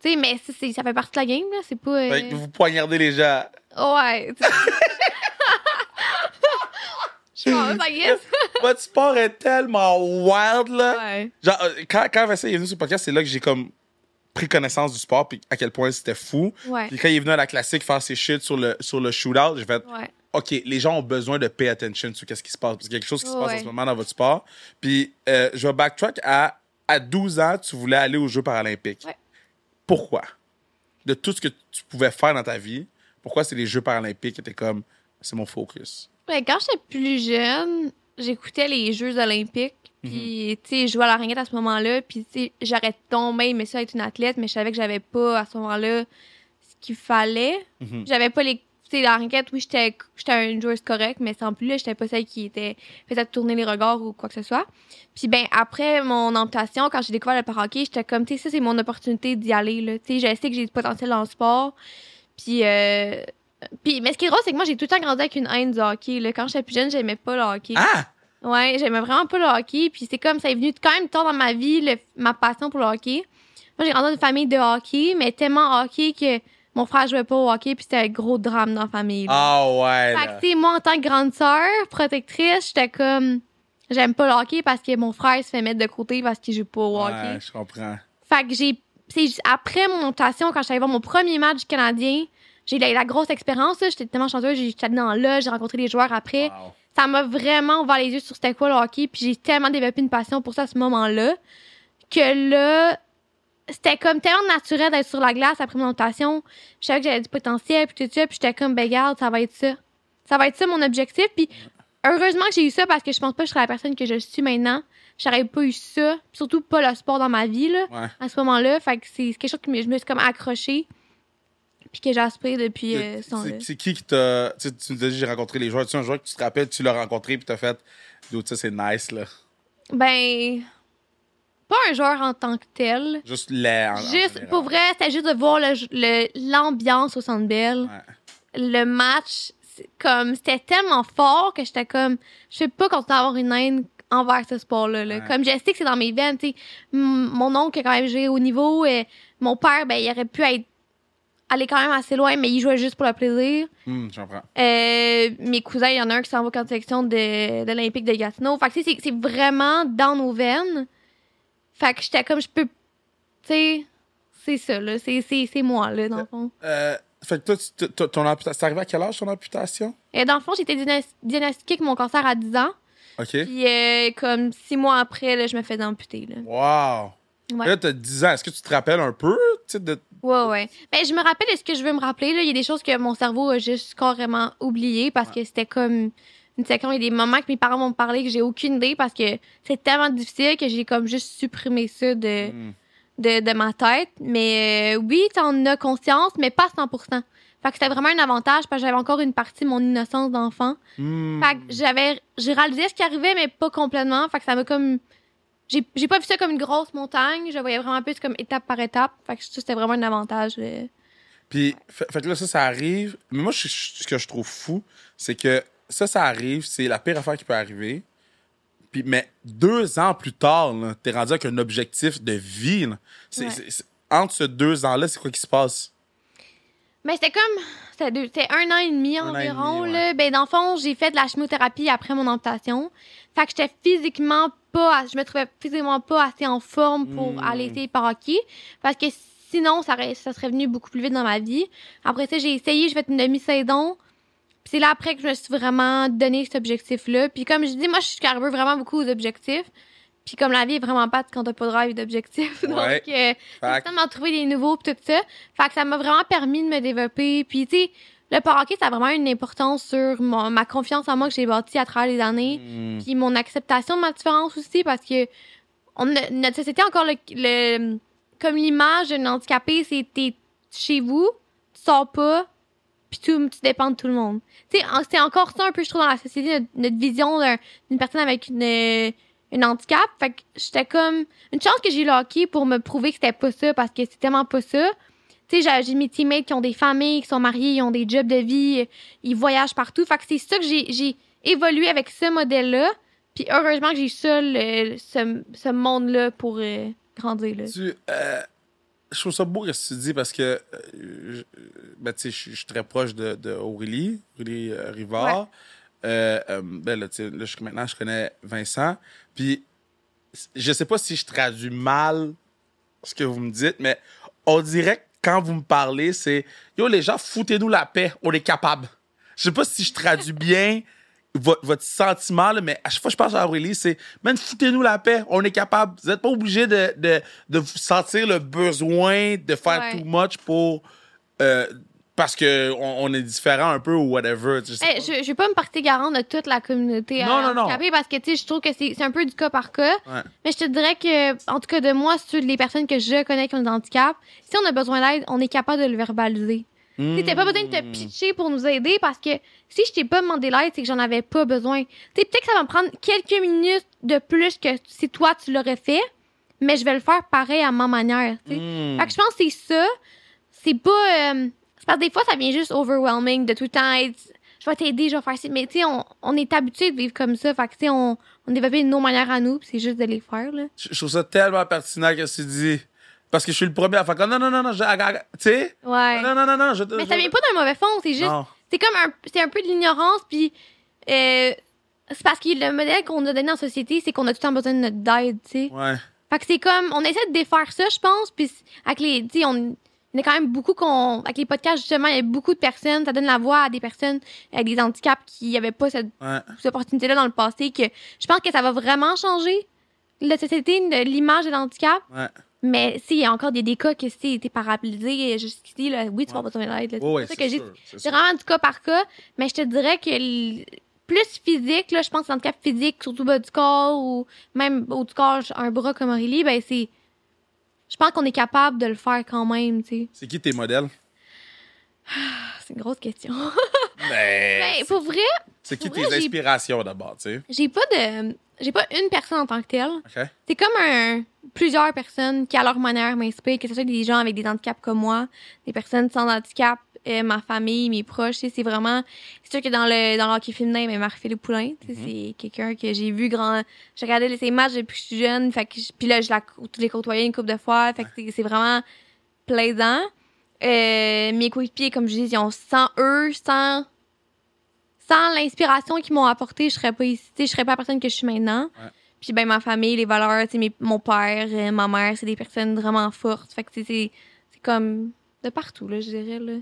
Speaker 1: Tu sais, mais ça, c'est- ça fait partie de la game, là. C'est pas... euh, oh,
Speaker 2: Fait que Ben, vous poignardez les gens.
Speaker 1: Ouais. <laughs> tu- Je pense, I guess.
Speaker 2: Votre sport est tellement wild, là.
Speaker 1: Ouais.
Speaker 2: Genre, euh, quand, quand Vincent est venu sur le podcast, c'est là que j'ai comme pris connaissance du sport puis à quel point c'était fou.
Speaker 1: Ouais.
Speaker 2: Puis quand il est venu à la classique faire ses shit sur le, sur le shootout, j'ai fait
Speaker 1: Ouais.
Speaker 2: OK, les gens ont besoin de pay attention sur qu'est-ce qui se passe. Parce qu'il y a quelque chose qui se passe en
Speaker 1: Ouais.
Speaker 2: ce moment dans votre sport. Puis euh, je vais backtrack à, à 12 ans, tu voulais aller aux Jeux paralympiques.
Speaker 1: Ouais.
Speaker 2: Pourquoi? De tout ce que tu pouvais faire dans ta vie, pourquoi c'est les Jeux paralympiques qui étaient comme c'est mon focus?
Speaker 1: Ouais, Ben, quand j'étais plus jeune, j'écoutais les Jeux olympiques. Puis, tu sais, je jouais à la ringuette à ce moment-là. Puis, tu sais, j'aurais tombé, aimé ça être une athlète, mais je savais que j'avais pas, à ce moment-là, ce qu'il fallait.
Speaker 2: Mhm.
Speaker 1: J'avais pas les... Tu sais, la ringuette, oui, j'étais j'étais une joueuse correcte, mais sans plus, là, j'étais pas celle qui était faisait tourner les regards ou quoi que ce soit. Puis, ben, après mon amputation, quand j'ai découvert le parahockey, j'étais comme, tu sais, ça, c'est mon opportunité d'y aller, là. Tu sais, je sais que j'ai du potentiel dans le sport. Puis, euh, puis, mais ce qui est drôle, c'est que moi, j'ai tout le temps grandi avec une haine du hockey. Là. Quand j'étais plus jeune, j'aimais pas le hockey.
Speaker 2: Ah!
Speaker 1: Ouais, j'aimais vraiment pas le hockey. Puis c'est comme ça est venu quand même tard dans ma vie, le- ma passion pour le hockey. Moi, j'ai grandi dans une famille de hockey, mais tellement hockey que mon frère jouait pas au hockey, puis c'était un gros drame dans la famille. là.
Speaker 2: Ah ouais!
Speaker 1: Fait que,
Speaker 2: là.
Speaker 1: tu sais, moi, en tant que grande sœur, protectrice, j'étais comme. J'aime pas le hockey parce que mon frère se fait mettre de côté parce qu'il joue pas au hockey.
Speaker 2: Ouais, je comprends.
Speaker 1: Fait que j'ai. C'est juste après mon optation, quand j'allais voir mon premier match canadien, j'ai eu la, la grosse expérience. là. J'étais tellement chanceuse. j'ai- J'étais allée dans là, j'ai rencontré les joueurs après.
Speaker 2: Wow.
Speaker 1: Ça m'a vraiment ouvert les yeux sur c'était quoi le hockey. Puis j'ai tellement développé une passion pour ça à ce moment-là que là, c'était comme tellement naturel d'être sur la glace après mon optation. Je savais que j'avais du potentiel, puis tout ça. Puis j'étais comme, ben garde, ça va être ça. Ça va être ça mon objectif. Puis heureusement que j'ai eu ça parce que je pense pas que je serais la personne que je suis maintenant. J'aurais pas eu ça, surtout pas le sport dans ma vie, là
Speaker 2: Ouais.
Speaker 1: à ce moment-là. Fait que c'est quelque chose que je me suis comme accrochée. Puis que j'aspire depuis euh, ce temps-là.
Speaker 2: C'est- C'est qui qui t'a. Tu sais, tu nous as dit, j'ai rencontré les joueurs. Tu sais, un joueur que tu te rappelles, tu l'as rencontré, puis t'as fait. D'autres, ça, c'est nice, là.
Speaker 1: Ben. Pas un joueur en tant que tel.
Speaker 2: Juste l'air. en- en
Speaker 1: Juste,
Speaker 2: général.
Speaker 1: pour vrai, c'était juste de voir l'ambiance le, l'ambiance au Centre Bell.
Speaker 2: Ouais.
Speaker 1: Le match, c'est comme, c'était tellement fort que j'étais comme, je sais pas continuer à avoir une haine envers ce sport-là. là.
Speaker 2: Ouais.
Speaker 1: Comme, je sais que c'est dans mes veines, tu sais. M- Mon oncle a quand même joué au niveau. Et mon père, ben, il aurait pu être, aller quand même assez loin, mais il jouait juste pour le plaisir.
Speaker 2: Hum, je comprends.
Speaker 1: Euh, mes cousins, il y en a un qui s'en va en section de, de l'Olympique de Gatineau. Fait que, tu sais, c'est- c'est vraiment dans nos veines. Fait que j'étais comme, je peux. Tu sais, c'est ça, là. C'est- C'est c'est moi, là, dans le fond.
Speaker 2: Euh, fait que toi, tu- tu- ton- ton amputation. C'est arrivé à quel âge ton amputation?
Speaker 1: Et Euh, dans le fond, j'étais diagnos- diagnostiquée avec mon cancer à 10 ans.
Speaker 2: OK.
Speaker 1: Puis, euh, comme six mois après, là, je me faisais amputer, là.
Speaker 2: Wow.
Speaker 1: Ouais.
Speaker 2: Là, t'as 10 ans. Est-ce que tu te rappelles un peu, tu sais, de.
Speaker 1: Ouais, ouais. Ben, je me rappelle de ce que je veux me rappeler. Là. Il y a des choses que mon cerveau a juste carrément oublié parce que c'était comme une séquence. Il y a des moments que mes parents m'ont parlé que j'ai aucune idée parce que c'est tellement difficile que j'ai comme juste supprimé ça de,
Speaker 2: Hum.
Speaker 1: de, de ma tête. Mais euh, oui, t'en as conscience, mais pas à 100%. Fait que c'était vraiment un avantage parce que j'avais encore une partie de mon innocence d'enfant.
Speaker 2: Hum.
Speaker 1: Fait que j'avais, j'ai réalisé ce qui arrivait, mais pas complètement. Fait que ça m'a comme. J'ai, j'ai pas vu ça comme une grosse montagne. Je voyais vraiment plus comme étape par étape. Fait que ça, c'était vraiment un avantage. euh.
Speaker 2: Puis, fait, fait que là, ça, ça arrive. Mais moi, je- je- ce que je trouve fou, c'est que ça, ça arrive. C'est la pire affaire qui peut arriver. Puis, mais deux ans plus tard, là, t'es rendu avec un objectif de vie. là. C'est-
Speaker 1: Ouais.
Speaker 2: c'est- c'est- entre ces deux ans-là, c'est quoi qui se passe?
Speaker 1: Mais c'était comme. C'était deux- c'était un an et demi
Speaker 2: Un an et
Speaker 1: environ.
Speaker 2: demi, ouais.
Speaker 1: là. Ben, dans le fond, j'ai fait de la chimiothérapie après mon amputation. Fait que j'étais physiquement pas. à- Je me trouvais physiquement pas assez en forme pour
Speaker 2: Mm.
Speaker 1: aller essayer par hockey. Parce que sinon, ça, aurait- ça serait venu beaucoup plus vite dans ma vie. Après ça, j'ai essayé, j'ai fait une demi-saison. Puis c'est là après que je me suis vraiment donné cet objectif-là. Puis comme je dis, moi, je suis arrivée vraiment beaucoup aux objectifs. Puis comme la vie est vraiment pas quand t'as pas de rêve et <laughs> d'objectifs.
Speaker 2: Ouais.
Speaker 1: Donc, euh,
Speaker 2: Fait que-
Speaker 1: de m'en trouver des nouveaux pis tout ça. Fait que ça m'a vraiment permis de me développer. Puis tu sais, le parahockey, ça a vraiment une importance sur mon- ma confiance en moi que j'ai bâtie à travers les années.
Speaker 2: Hmm.
Speaker 1: Puis mon acceptation de ma différence aussi parce que on a- notre société a encore le, le- comme l'image d'un handicapé, c'est t'es chez vous, tu sors pas, puis tu, tu dépends de tout le monde. Tu sais, en- c'est encore ça un peu je trouve dans la société notre, notre vision d'un- d'une personne avec une euh, une handicap, fait que j'étais comme une chance que j'ai eu le hockey pour me prouver que c'était pas ça parce que c'est tellement pas ça. Tu sais, j'ai- j'ai mes teammates qui ont des familles, qui sont mariés, ils ont des jobs de vie, ils voyagent partout. Fait que c'est ça que j'ai j'ai évoluer avec ce modèle-là. Puis heureusement que j'ai ça, le- ce, ce monde-là pour euh, grandir. Là.
Speaker 2: Tu, euh, je trouve ça beau ce que tu dis parce que euh, je, ben, tu sais, je- je suis très proche de, de Aurélie, Aurélie euh, Rivard. Euh, euh, ben, là, tu sais, là, je- maintenant, je connais Vincent. Puis, je sais pas si je traduis mal ce que vous me dites, mais on dirait que quand vous me parlez, c'est Yo, les gens, foutez-nous la paix, on est capable. Je sais pas si
Speaker 1: <laughs>
Speaker 2: je traduis bien votre, votre sentiment, là, mais à chaque fois que je pense à Aurélie, c'est Man, foutez-nous la paix, on est capable. Vous n'êtes pas obligé de, de, de vous sentir le besoin de faire
Speaker 1: Ouais.
Speaker 2: too much pour. euh, parce qu'on on est différent un peu ou whatever. tu sais, je sais
Speaker 1: Hey,
Speaker 2: pas.
Speaker 1: je, je vais pas me porter garant de toute la communauté
Speaker 2: Non,
Speaker 1: euh,
Speaker 2: non, non.
Speaker 1: handicapée parce que tu sais, je trouve que c'est c'est un peu du cas par cas.
Speaker 2: Ouais.
Speaker 1: Mais je te dirais que, en tout cas, de moi, sur les personnes que je connais qui ont des handicaps, si on a besoin d'aide, on est capable de le verbaliser. Tu sais, t'as pas besoin de te pitcher pour nous aider parce que si je t'ai pas demandé l'aide, c'est que j'en avais pas besoin. Tu sais, peut-être que ça va me prendre quelques minutes de plus que si toi tu l'aurais fait, mais je vais le faire pareil à ma manière. tu sais.
Speaker 2: Mm.
Speaker 1: Fait que je pense que c'est ça. C'est pas. euh, c'est parce que des fois, ça vient juste overwhelming de tout le temps être. Je vais t'aider, je vais faire ci. Mais tu sais, on, on est habitué de vivre comme ça. Fait que tu sais, on, on développe nos manières à nous, puis c'est juste de les faire, là.
Speaker 2: Je je trouve ça tellement pertinent que tu dis. Parce que je suis le premier à faire comme non, non, non, non, je- aga- aga- tu sais?
Speaker 1: Ouais.
Speaker 2: Non, non, non, non, je
Speaker 1: Mais
Speaker 2: je-
Speaker 1: ça vient pas d'un mauvais fond, c'est juste.
Speaker 2: Non.
Speaker 1: C'est comme un, c'est un peu de l'ignorance, puis euh, c'est parce que le modèle qu'on a donné en société, c'est qu'on a tout le temps besoin de notre aide, tu sais.
Speaker 2: Ouais.
Speaker 1: Fait que c'est comme, on essaie de défaire ça, je pense, puis c- avec les, tu sais, on, il y en a quand même beaucoup qu'on, avec les podcasts, justement, il y a beaucoup de personnes, ça donne la voix à des personnes avec des handicaps qui n'avaient pas cette,
Speaker 2: Ouais.
Speaker 1: cette opportunité-là dans le passé, que je pense que ça va vraiment changer la société, de l'image de l'handicap,
Speaker 2: Ouais.
Speaker 1: mais s'il y a encore des, des cas que si t'es paralysé jusqu'ici, là, oui, tu vas
Speaker 2: Ouais.
Speaker 1: besoin d'aide, là.
Speaker 2: Ouais, ouais,
Speaker 1: C'est pour ça
Speaker 2: c'est
Speaker 1: que j'ai-
Speaker 2: sûr, c'est
Speaker 1: c'est
Speaker 2: sûr.
Speaker 1: vraiment du cas par cas, mais je te dirais que l- plus physique, là, je pense handicap physique, surtout bas du corps ou même haut du corps, un bras comme Aurélie, ben c'est. Je pense qu'on est capable de le faire quand même, tu sais.
Speaker 2: C'est qui tes modèles?
Speaker 1: Ah, c'est une grosse
Speaker 2: <laughs>
Speaker 1: question.
Speaker 2: Ben,
Speaker 1: Ben, pour vrai,
Speaker 2: c'est qui
Speaker 1: pour vrai,
Speaker 2: tes
Speaker 1: j'ai-
Speaker 2: inspirations d'abord, tu sais?
Speaker 1: j'ai pas de. J'ai pas une personne en tant que telle.
Speaker 2: OK?
Speaker 1: C'est comme un, plusieurs personnes qui, à leur manière, m'inspirent, que ce soit des gens avec des handicaps comme moi, des personnes sans handicap, euh, ma famille, mes proches. tu sais, C'est vraiment. C'est sûr que dans le dans le hockey féminin, mais Marie-Philippe Poulin, tu sais, c'est quelqu'un que j'ai vu grand. Je regardais ses matchs depuis que je suis jeune, fait que je- puis là, je la, cou- je l'ai côtoyé une couple de fois, fait que c'est- c'est vraiment plaisant. Euh, mes coéquipiers, comme je dis, ils ont sans eux, sans. Sans l'inspiration qu'ils m'ont apportée, je serais pas ici, tu sais, je serais pas la personne que je suis maintenant. Puis ben ma famille, les valeurs, tu sais, mes- mon père, euh, ma mère, c'est des personnes vraiment fortes. Fait que tu sais, c'est c'est comme de partout là, je dirais là.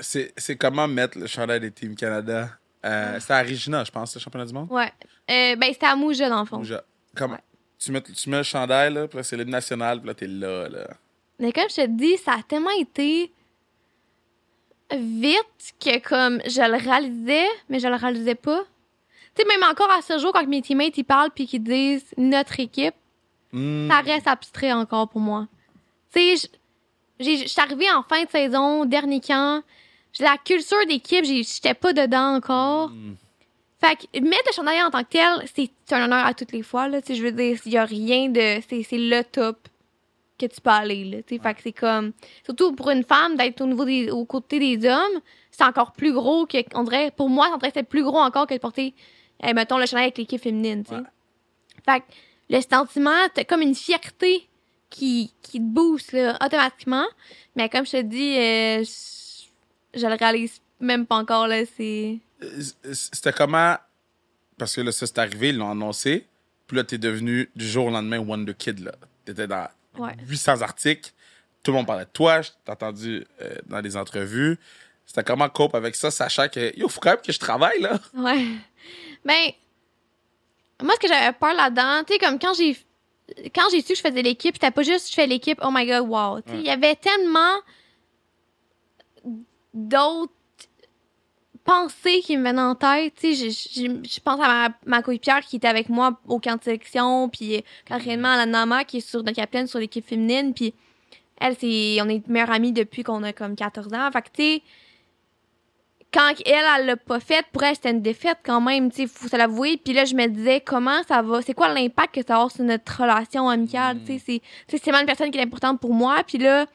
Speaker 2: C'est c'est comment mettre le chandail des Team Canada? Euh, C'est à Regina, je pense, le championnat du monde?
Speaker 1: Ouais. Euh, ben c'était à Mouja dans le fond.
Speaker 2: Ou je- Comment?
Speaker 1: Ouais.
Speaker 2: Tu, mets, tu mets le chandail, là, puis là, c'est l'hymne national, puis là, t'es là, là.
Speaker 1: Mais comme je te dis, ça a tellement été vite que comme je le réalisais, mais je le réalisais pas. Tu sais, même encore à ce jour, quand mes teammates ils parlent puis qu'ils disent notre équipe,
Speaker 2: Mm.
Speaker 1: ça reste abstrait encore pour moi. Tu sais, je j'ai- je suis arrivée en fin de saison, dernier camp. J'ai La culture d'équipe, j'ai- j'étais pas dedans encore.
Speaker 2: Mm.
Speaker 1: Fait que mettre le chandail en tant que tel, c'est c'est un honneur à toutes les fois. Là, Tu sais, je veux dire, il y a rien de. C'est c'est le top que tu peux aller. Là, tu sais. Fait que c'est comme. Surtout pour une femme, d'être au niveau des. aux côtés des hommes, c'est encore plus gros que. On dirait, pour moi, ça serait plus gros encore que de porter, eh, mettons, le chandail avec l'équipe féminine. tu sais.
Speaker 2: Ouais.
Speaker 1: Fait que le sentiment, t'as comme une fierté qui, qui te booste là, automatiquement. Mais comme je te dis, euh, je, je le réalise même pas encore. là. C'est.
Speaker 2: Euh, C'était comment? Parce que là, ça, c'est arrivé, ils l'ont annoncé. Puis là, t'es devenu du jour au lendemain Wonder Kid, là. T'étais dans
Speaker 1: Ouais.
Speaker 2: 800 articles. Tout le monde parlait de toi. Je t'ai entendu euh, dans les entrevues. C'était comment cope avec ça, sachant que, yo, faut quand même que je travaille, là.
Speaker 1: Ouais. Ben, moi, ce que j'avais peur là-dedans, tu sais, comme quand j'ai quand j'ai su que je faisais l'équipe, c'était pas juste je fais l'équipe, oh my god, wow. Tu sais, Il y avait tellement d'autres pensées qui me venaient en tête. Tu sais, je, je- je pense à ma, ma coéquipière qui était avec moi au camp de sélection, puis carrément à la Nama qui est sur notre capitaine sur l'équipe féminine, puis elle, c'est, on est meilleures amies depuis qu'on a comme 14 ans. Fait que, tu sais, quand elle, elle l'a pas faite, pour elle, c'était une défaite quand même, tu sais, faut se l'avouer. Puis là, je me disais, comment ça va, c'est quoi l'impact que ça va avoir sur notre relation amicale, tu sais, c'est, tu sais, c'est vraiment une personne qui est importante pour moi. Puis là,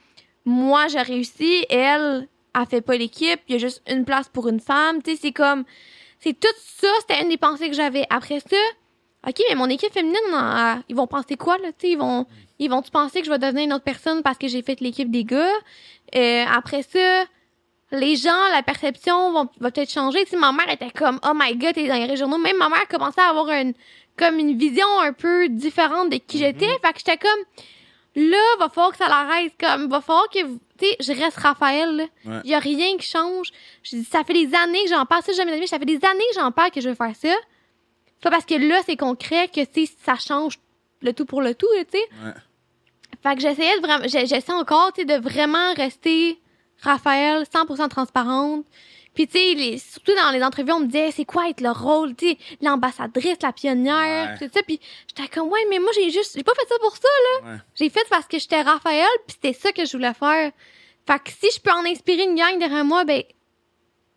Speaker 1: moi, j'ai réussi, elle, elle fait pas l'équipe, il y a juste une place pour une femme, tu sais, c'est comme, C'est tout ça, c'était une des pensées que j'avais. Après ça, OK, mais mon équipe féminine, on en- euh, ils vont penser quoi, là? Tu sais, ils vont ils vont-tu penser que je vais devenir une autre personne parce que j'ai fait l'équipe des gars? Euh, après ça, les gens, la perception vont, va peut-être changer. Tu sais, ma mère était comme, oh my god, t'es dans les journaux. Même ma mère commençait à avoir une, comme une vision un peu différente de qui j'étais. Fait que j'étais comme, là, va falloir que ça l'arrête. Comme, va falloir que, vous- tu sais, je reste Raphaël, là.
Speaker 2: Ouais.
Speaker 1: Il y a rien qui change. Je dis, ça fait des années que j'en parle. Ça, j'ai jamais dit, ça fait des années que j'en parle que je veux faire ça. C'est pas parce que là, c'est concret que, tu sais, ça change le tout pour le tout, là, tu sais.
Speaker 2: Ouais.
Speaker 1: Fait que j'essayais de vraiment, j'ai- j'essaie encore, tu sais, de vraiment rester Raphaël, 100% transparente. Puis, tu sais, les- surtout dans les entrevues, on me disait, c'est quoi être le rôle, tu sais, l'ambassadrice, la pionnière,
Speaker 2: Ouais.
Speaker 1: puis tout ça. Puis, j'étais comme, ouais, mais moi, j'ai juste, j'ai pas fait ça pour ça, là.
Speaker 2: Ouais.
Speaker 1: J'ai fait parce que j'étais Raphaël, puis c'était ça que je voulais faire. Fait que si je peux en inspirer une gang derrière moi, ben,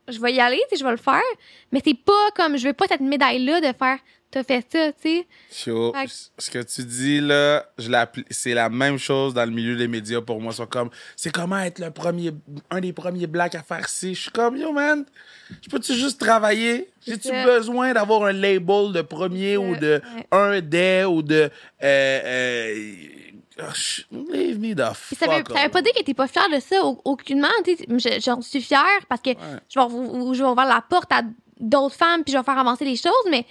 Speaker 1: je vais y aller, tu sais, je vais le faire. Mais c'est pas comme, je veux pas cette médaille-là de faire, t'as fait ça, tu sais.
Speaker 2: Yo,
Speaker 1: Fait que-
Speaker 2: ce que tu dis là, je l'appli- c'est la même chose dans le milieu des médias pour moi. Ils sont comme, c'est comment être le premier, un des premiers blacks à faire ci. Je suis comme, yo man, je peux-tu juste travailler? J'ai-tu
Speaker 1: ça.
Speaker 2: besoin d'avoir un label de premier ou
Speaker 1: ça,
Speaker 2: de
Speaker 1: ouais.
Speaker 2: un des ou de. Euh, euh, oh, sh- leave me the
Speaker 1: Puis ça veut,
Speaker 2: fuck
Speaker 1: ça veut
Speaker 2: alone.
Speaker 1: pas dire qu'elle était pas fière de ça, au- aucunement. tu sais. Je- J'en suis fière parce que je, vais, ouv- je vais ouvrir la porte à d'autres femmes puis je vais faire avancer les choses, mais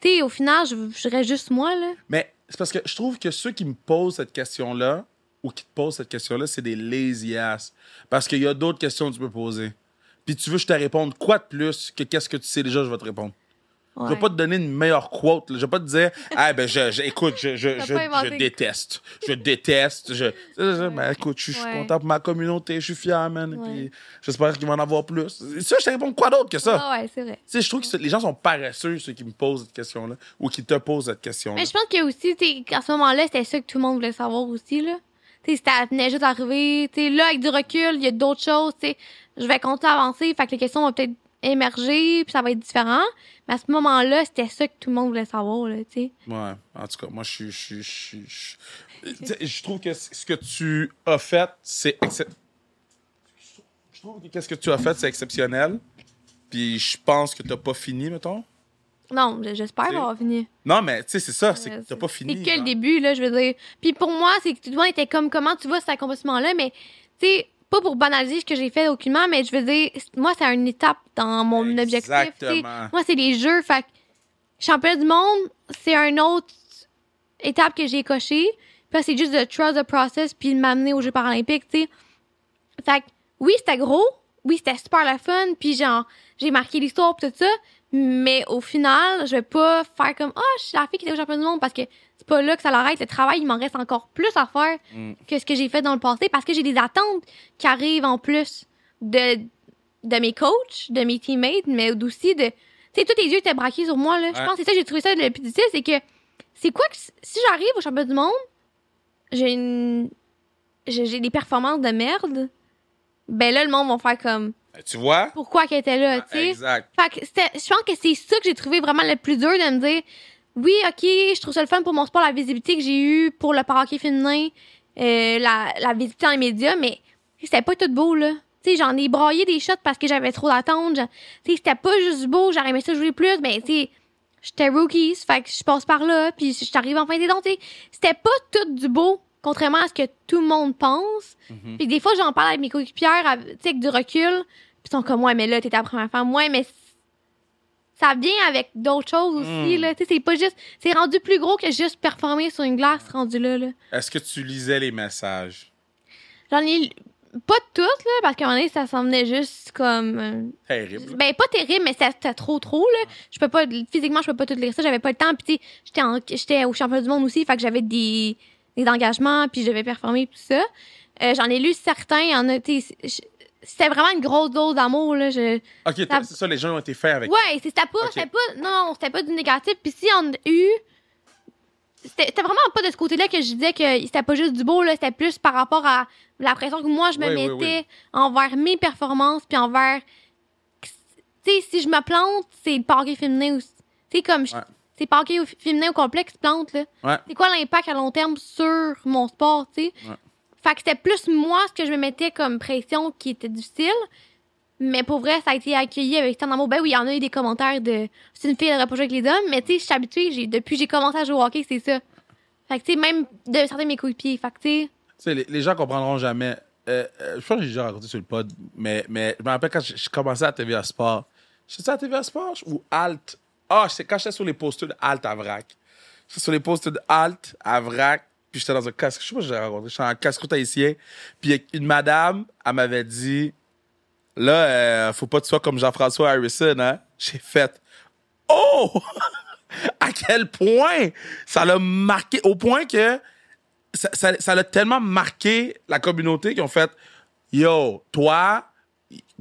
Speaker 1: tu sais, au final, je, je serais juste moi, là.
Speaker 2: Mais c'est parce que je trouve que ceux qui me posent cette question-là, ou qui te posent cette question-là, c'est des lazy ass. Parce qu'il y a d'autres questions que tu peux poser. Puis tu veux que je te réponde quoi de plus que qu'est-ce que tu sais déjà, je vais te répondre. Je
Speaker 1: Ouais.
Speaker 2: vais pas te donner une meilleure quote. là. Je vais pas te dire, ah ben, je, je- écoute, je, je,
Speaker 1: T'as
Speaker 2: je-
Speaker 1: pas inventé.
Speaker 2: je déteste. Je déteste. Je, Ben, écoute, je, je suis
Speaker 1: Ouais.
Speaker 2: content pour ma communauté. Je suis fier, man.
Speaker 1: Ouais.
Speaker 2: Puis j'espère qu'ils vont en avoir plus. Ça, je te réponds quoi d'autre que ça?
Speaker 1: Ah ouais, c'est vrai.
Speaker 2: Tu sais, je trouve que les gens sont paresseux, ceux qui me posent cette question-là, ou qui te posent cette question-là.
Speaker 1: Mais je pense que aussi, tu sais, à ce moment-là, c'était ça que tout le monde voulait savoir aussi, là. Tu sais, ça venait juste d'arriver. Tu sais, là, avec du recul, il y a d'autres choses, tu sais. Je vais continuer à avancer, fait que les questions vont peut-être émerger puis ça va être différent. Mais à ce moment-là, c'était ça que tout le monde voulait savoir, là, tu sais.
Speaker 2: Ouais, en tout cas, moi, je suis. Je, suis- je, suis- je, suis- Euh, tu sais, je trouve que c- ce que tu as fait, c'est. excep- Je trouve que ce que tu as fait, c'est exceptionnel. Puis je pense que tu pas fini, mettons.
Speaker 1: Non, j'espère
Speaker 2: Tu sais,
Speaker 1: avoir fini.
Speaker 2: Non, mais tu sais, c'est ça, c'est que
Speaker 1: Ouais,
Speaker 2: tu pas fini.
Speaker 1: C'est que le
Speaker 2: genre.
Speaker 1: début, là, je veux dire. Puis pour moi, c'est que tout le monde était comme comment tu vois cet accomplissement-là, mais tu sais, pas pour banaliser ce que j'ai fait aucunement, mais je veux dire, c'est- moi, c'est une étape dans mon objectif. tu sais.
Speaker 2: Exactement.
Speaker 1: Moi, c'est les jeux. Fait que championnat du monde, c'est une autre étape que j'ai cochée. Puis là, c'est juste de trust the process puis de m'amener aux Jeux paralympiques, tu sais. Fait que oui, c'était gros. Oui, c'était super la fun. Puis genre, j'ai marqué l'histoire pis tout ça. Mais au final, je vais pas faire comme Ah, je suis la fille qui était au championnat du monde parce que c'est pas là que ça l'arrête. Le travail, il m'en reste encore plus à faire
Speaker 2: Mm.
Speaker 1: que ce que j'ai fait dans le passé parce que j'ai des attentes qui arrivent en plus de, de mes coachs, de mes teammates, mais aussi de. Tu sais, tous tes yeux étaient braqués sur moi, là. Je
Speaker 2: Ouais.
Speaker 1: pense que c'est ça que j'ai trouvé ça le plus difficile, c'est que c'est quoi que si j'arrive au championnat du monde, j'ai une. J'ai j'ai des performances de merde, ben là, le monde va faire comme
Speaker 2: Euh, Tu vois?
Speaker 1: pourquoi qu'elle était là, tu sais.
Speaker 2: exact.
Speaker 1: Fait que c'était- je pense que c'est ça que j'ai trouvé vraiment le plus dur de me dire oui, OK, je trouve ça le fun pour mon sport, la visibilité que j'ai eue pour le parahockey féminin, euh, la, la visibilité dans les médias, mais c'était pas tout beau, là. Tu sais, j'en ai broyé des shots parce que j'avais trop d'attentes. j'en- Tu sais, c'était pas juste beau, j'aurais aimé ça jouer plus, mais tu sais, j'étais rookie, ça fait que je passe par là, puis je t'arrive en fin des dons, tu sais. C'était pas tout du beau, contrairement à ce que tout le monde pense. Puis des fois, j'en parle avec mes coéquipières, av- tu sais, avec du recul, puis ils sont comme, ouais, mais là, t'es ta première femme, ouais, mais ça vient avec d'autres choses aussi,
Speaker 2: Mm.
Speaker 1: là. Tu sais, c'est pas juste. C'est rendu plus gros que juste performer sur une glace rendu là, là.
Speaker 2: Est-ce que tu lisais les messages?
Speaker 1: J'en ai l- pas toutes, là, parce qu'à un moment donné, ça s'en venait juste comme. euh,
Speaker 2: Terrible.
Speaker 1: Ben, pas terrible, mais ça- c'était trop, trop, là. Je peux pas, physiquement, je peux pas tout lire ça. J'avais pas le temps. Puis, tu sais, j'étais en- j'étais au championnat du monde aussi. Fait que j'avais des, des engagements, puis je devais performer, tout ça. Euh, J'en ai lu certains. il y en a, tu sais, je- c'était vraiment une grosse dose d'amour, là. Je,
Speaker 2: Ok, toi, c'est ça, les gens ont été faits avec.
Speaker 1: Ouais, c'est- c'était pas,
Speaker 2: Ok.
Speaker 1: c'était pas, non, c'était pas du négatif. Puis si on a eu, c'était c'était vraiment pas de ce côté-là que je disais que c'était pas juste du beau, là, c'était plus par rapport à la pression que moi je me
Speaker 2: Oui, oui,
Speaker 1: mettais envers mes performances, puis envers, tu sais, si je me plante, c'est le parquet féminin aussi. Tu sais, comme, je-
Speaker 2: Ouais.
Speaker 1: c'est le parquet au- féminin au complexe plante, là.
Speaker 2: Ouais.
Speaker 1: C'est quoi l'impact à long terme sur mon sport, tu sais?
Speaker 2: Ouais.
Speaker 1: Fait que c'était plus moi ce que je me mettais comme pression qui était difficile. Mais pour vrai, ça a été accueilli avec tant d'amour. Ben oui, il y en a eu des commentaires de c'est une fille, elle aurait pas joué avec les hommes, mais tu sais, je suis habituée, j'ai- depuis que j'ai commencé à jouer au hockey, c'est ça. Fait que tu sais, même de certains de mes coéquipiers. Fait que tu sais,
Speaker 2: Tu sais, les, les gens comprendront jamais. Euh, euh, je pense que j'ai déjà raconté sur le pod, mais, mais je me rappelle quand je, je commençais à TVA Sport. J'étais à TVA Sport je- ou Alt. Ah, c'est quand j'étais sur les posters de Alt à Vrac. J'étais sur les posters de Alt à Vrac, puis j'étais dans un casque. Je sais pas si j'ai raconté. J'étais en casse-croûte haïtien. Puis il y a une madame, elle m'avait dit Là, euh, faut pas que tu sois comme Jean-François Harrison, hein. J'ai fait Oh <laughs> À quel point ça l'a marqué, au point que ça, ça, ça l'a tellement marqué la communauté qu'ils ont fait Yo, toi,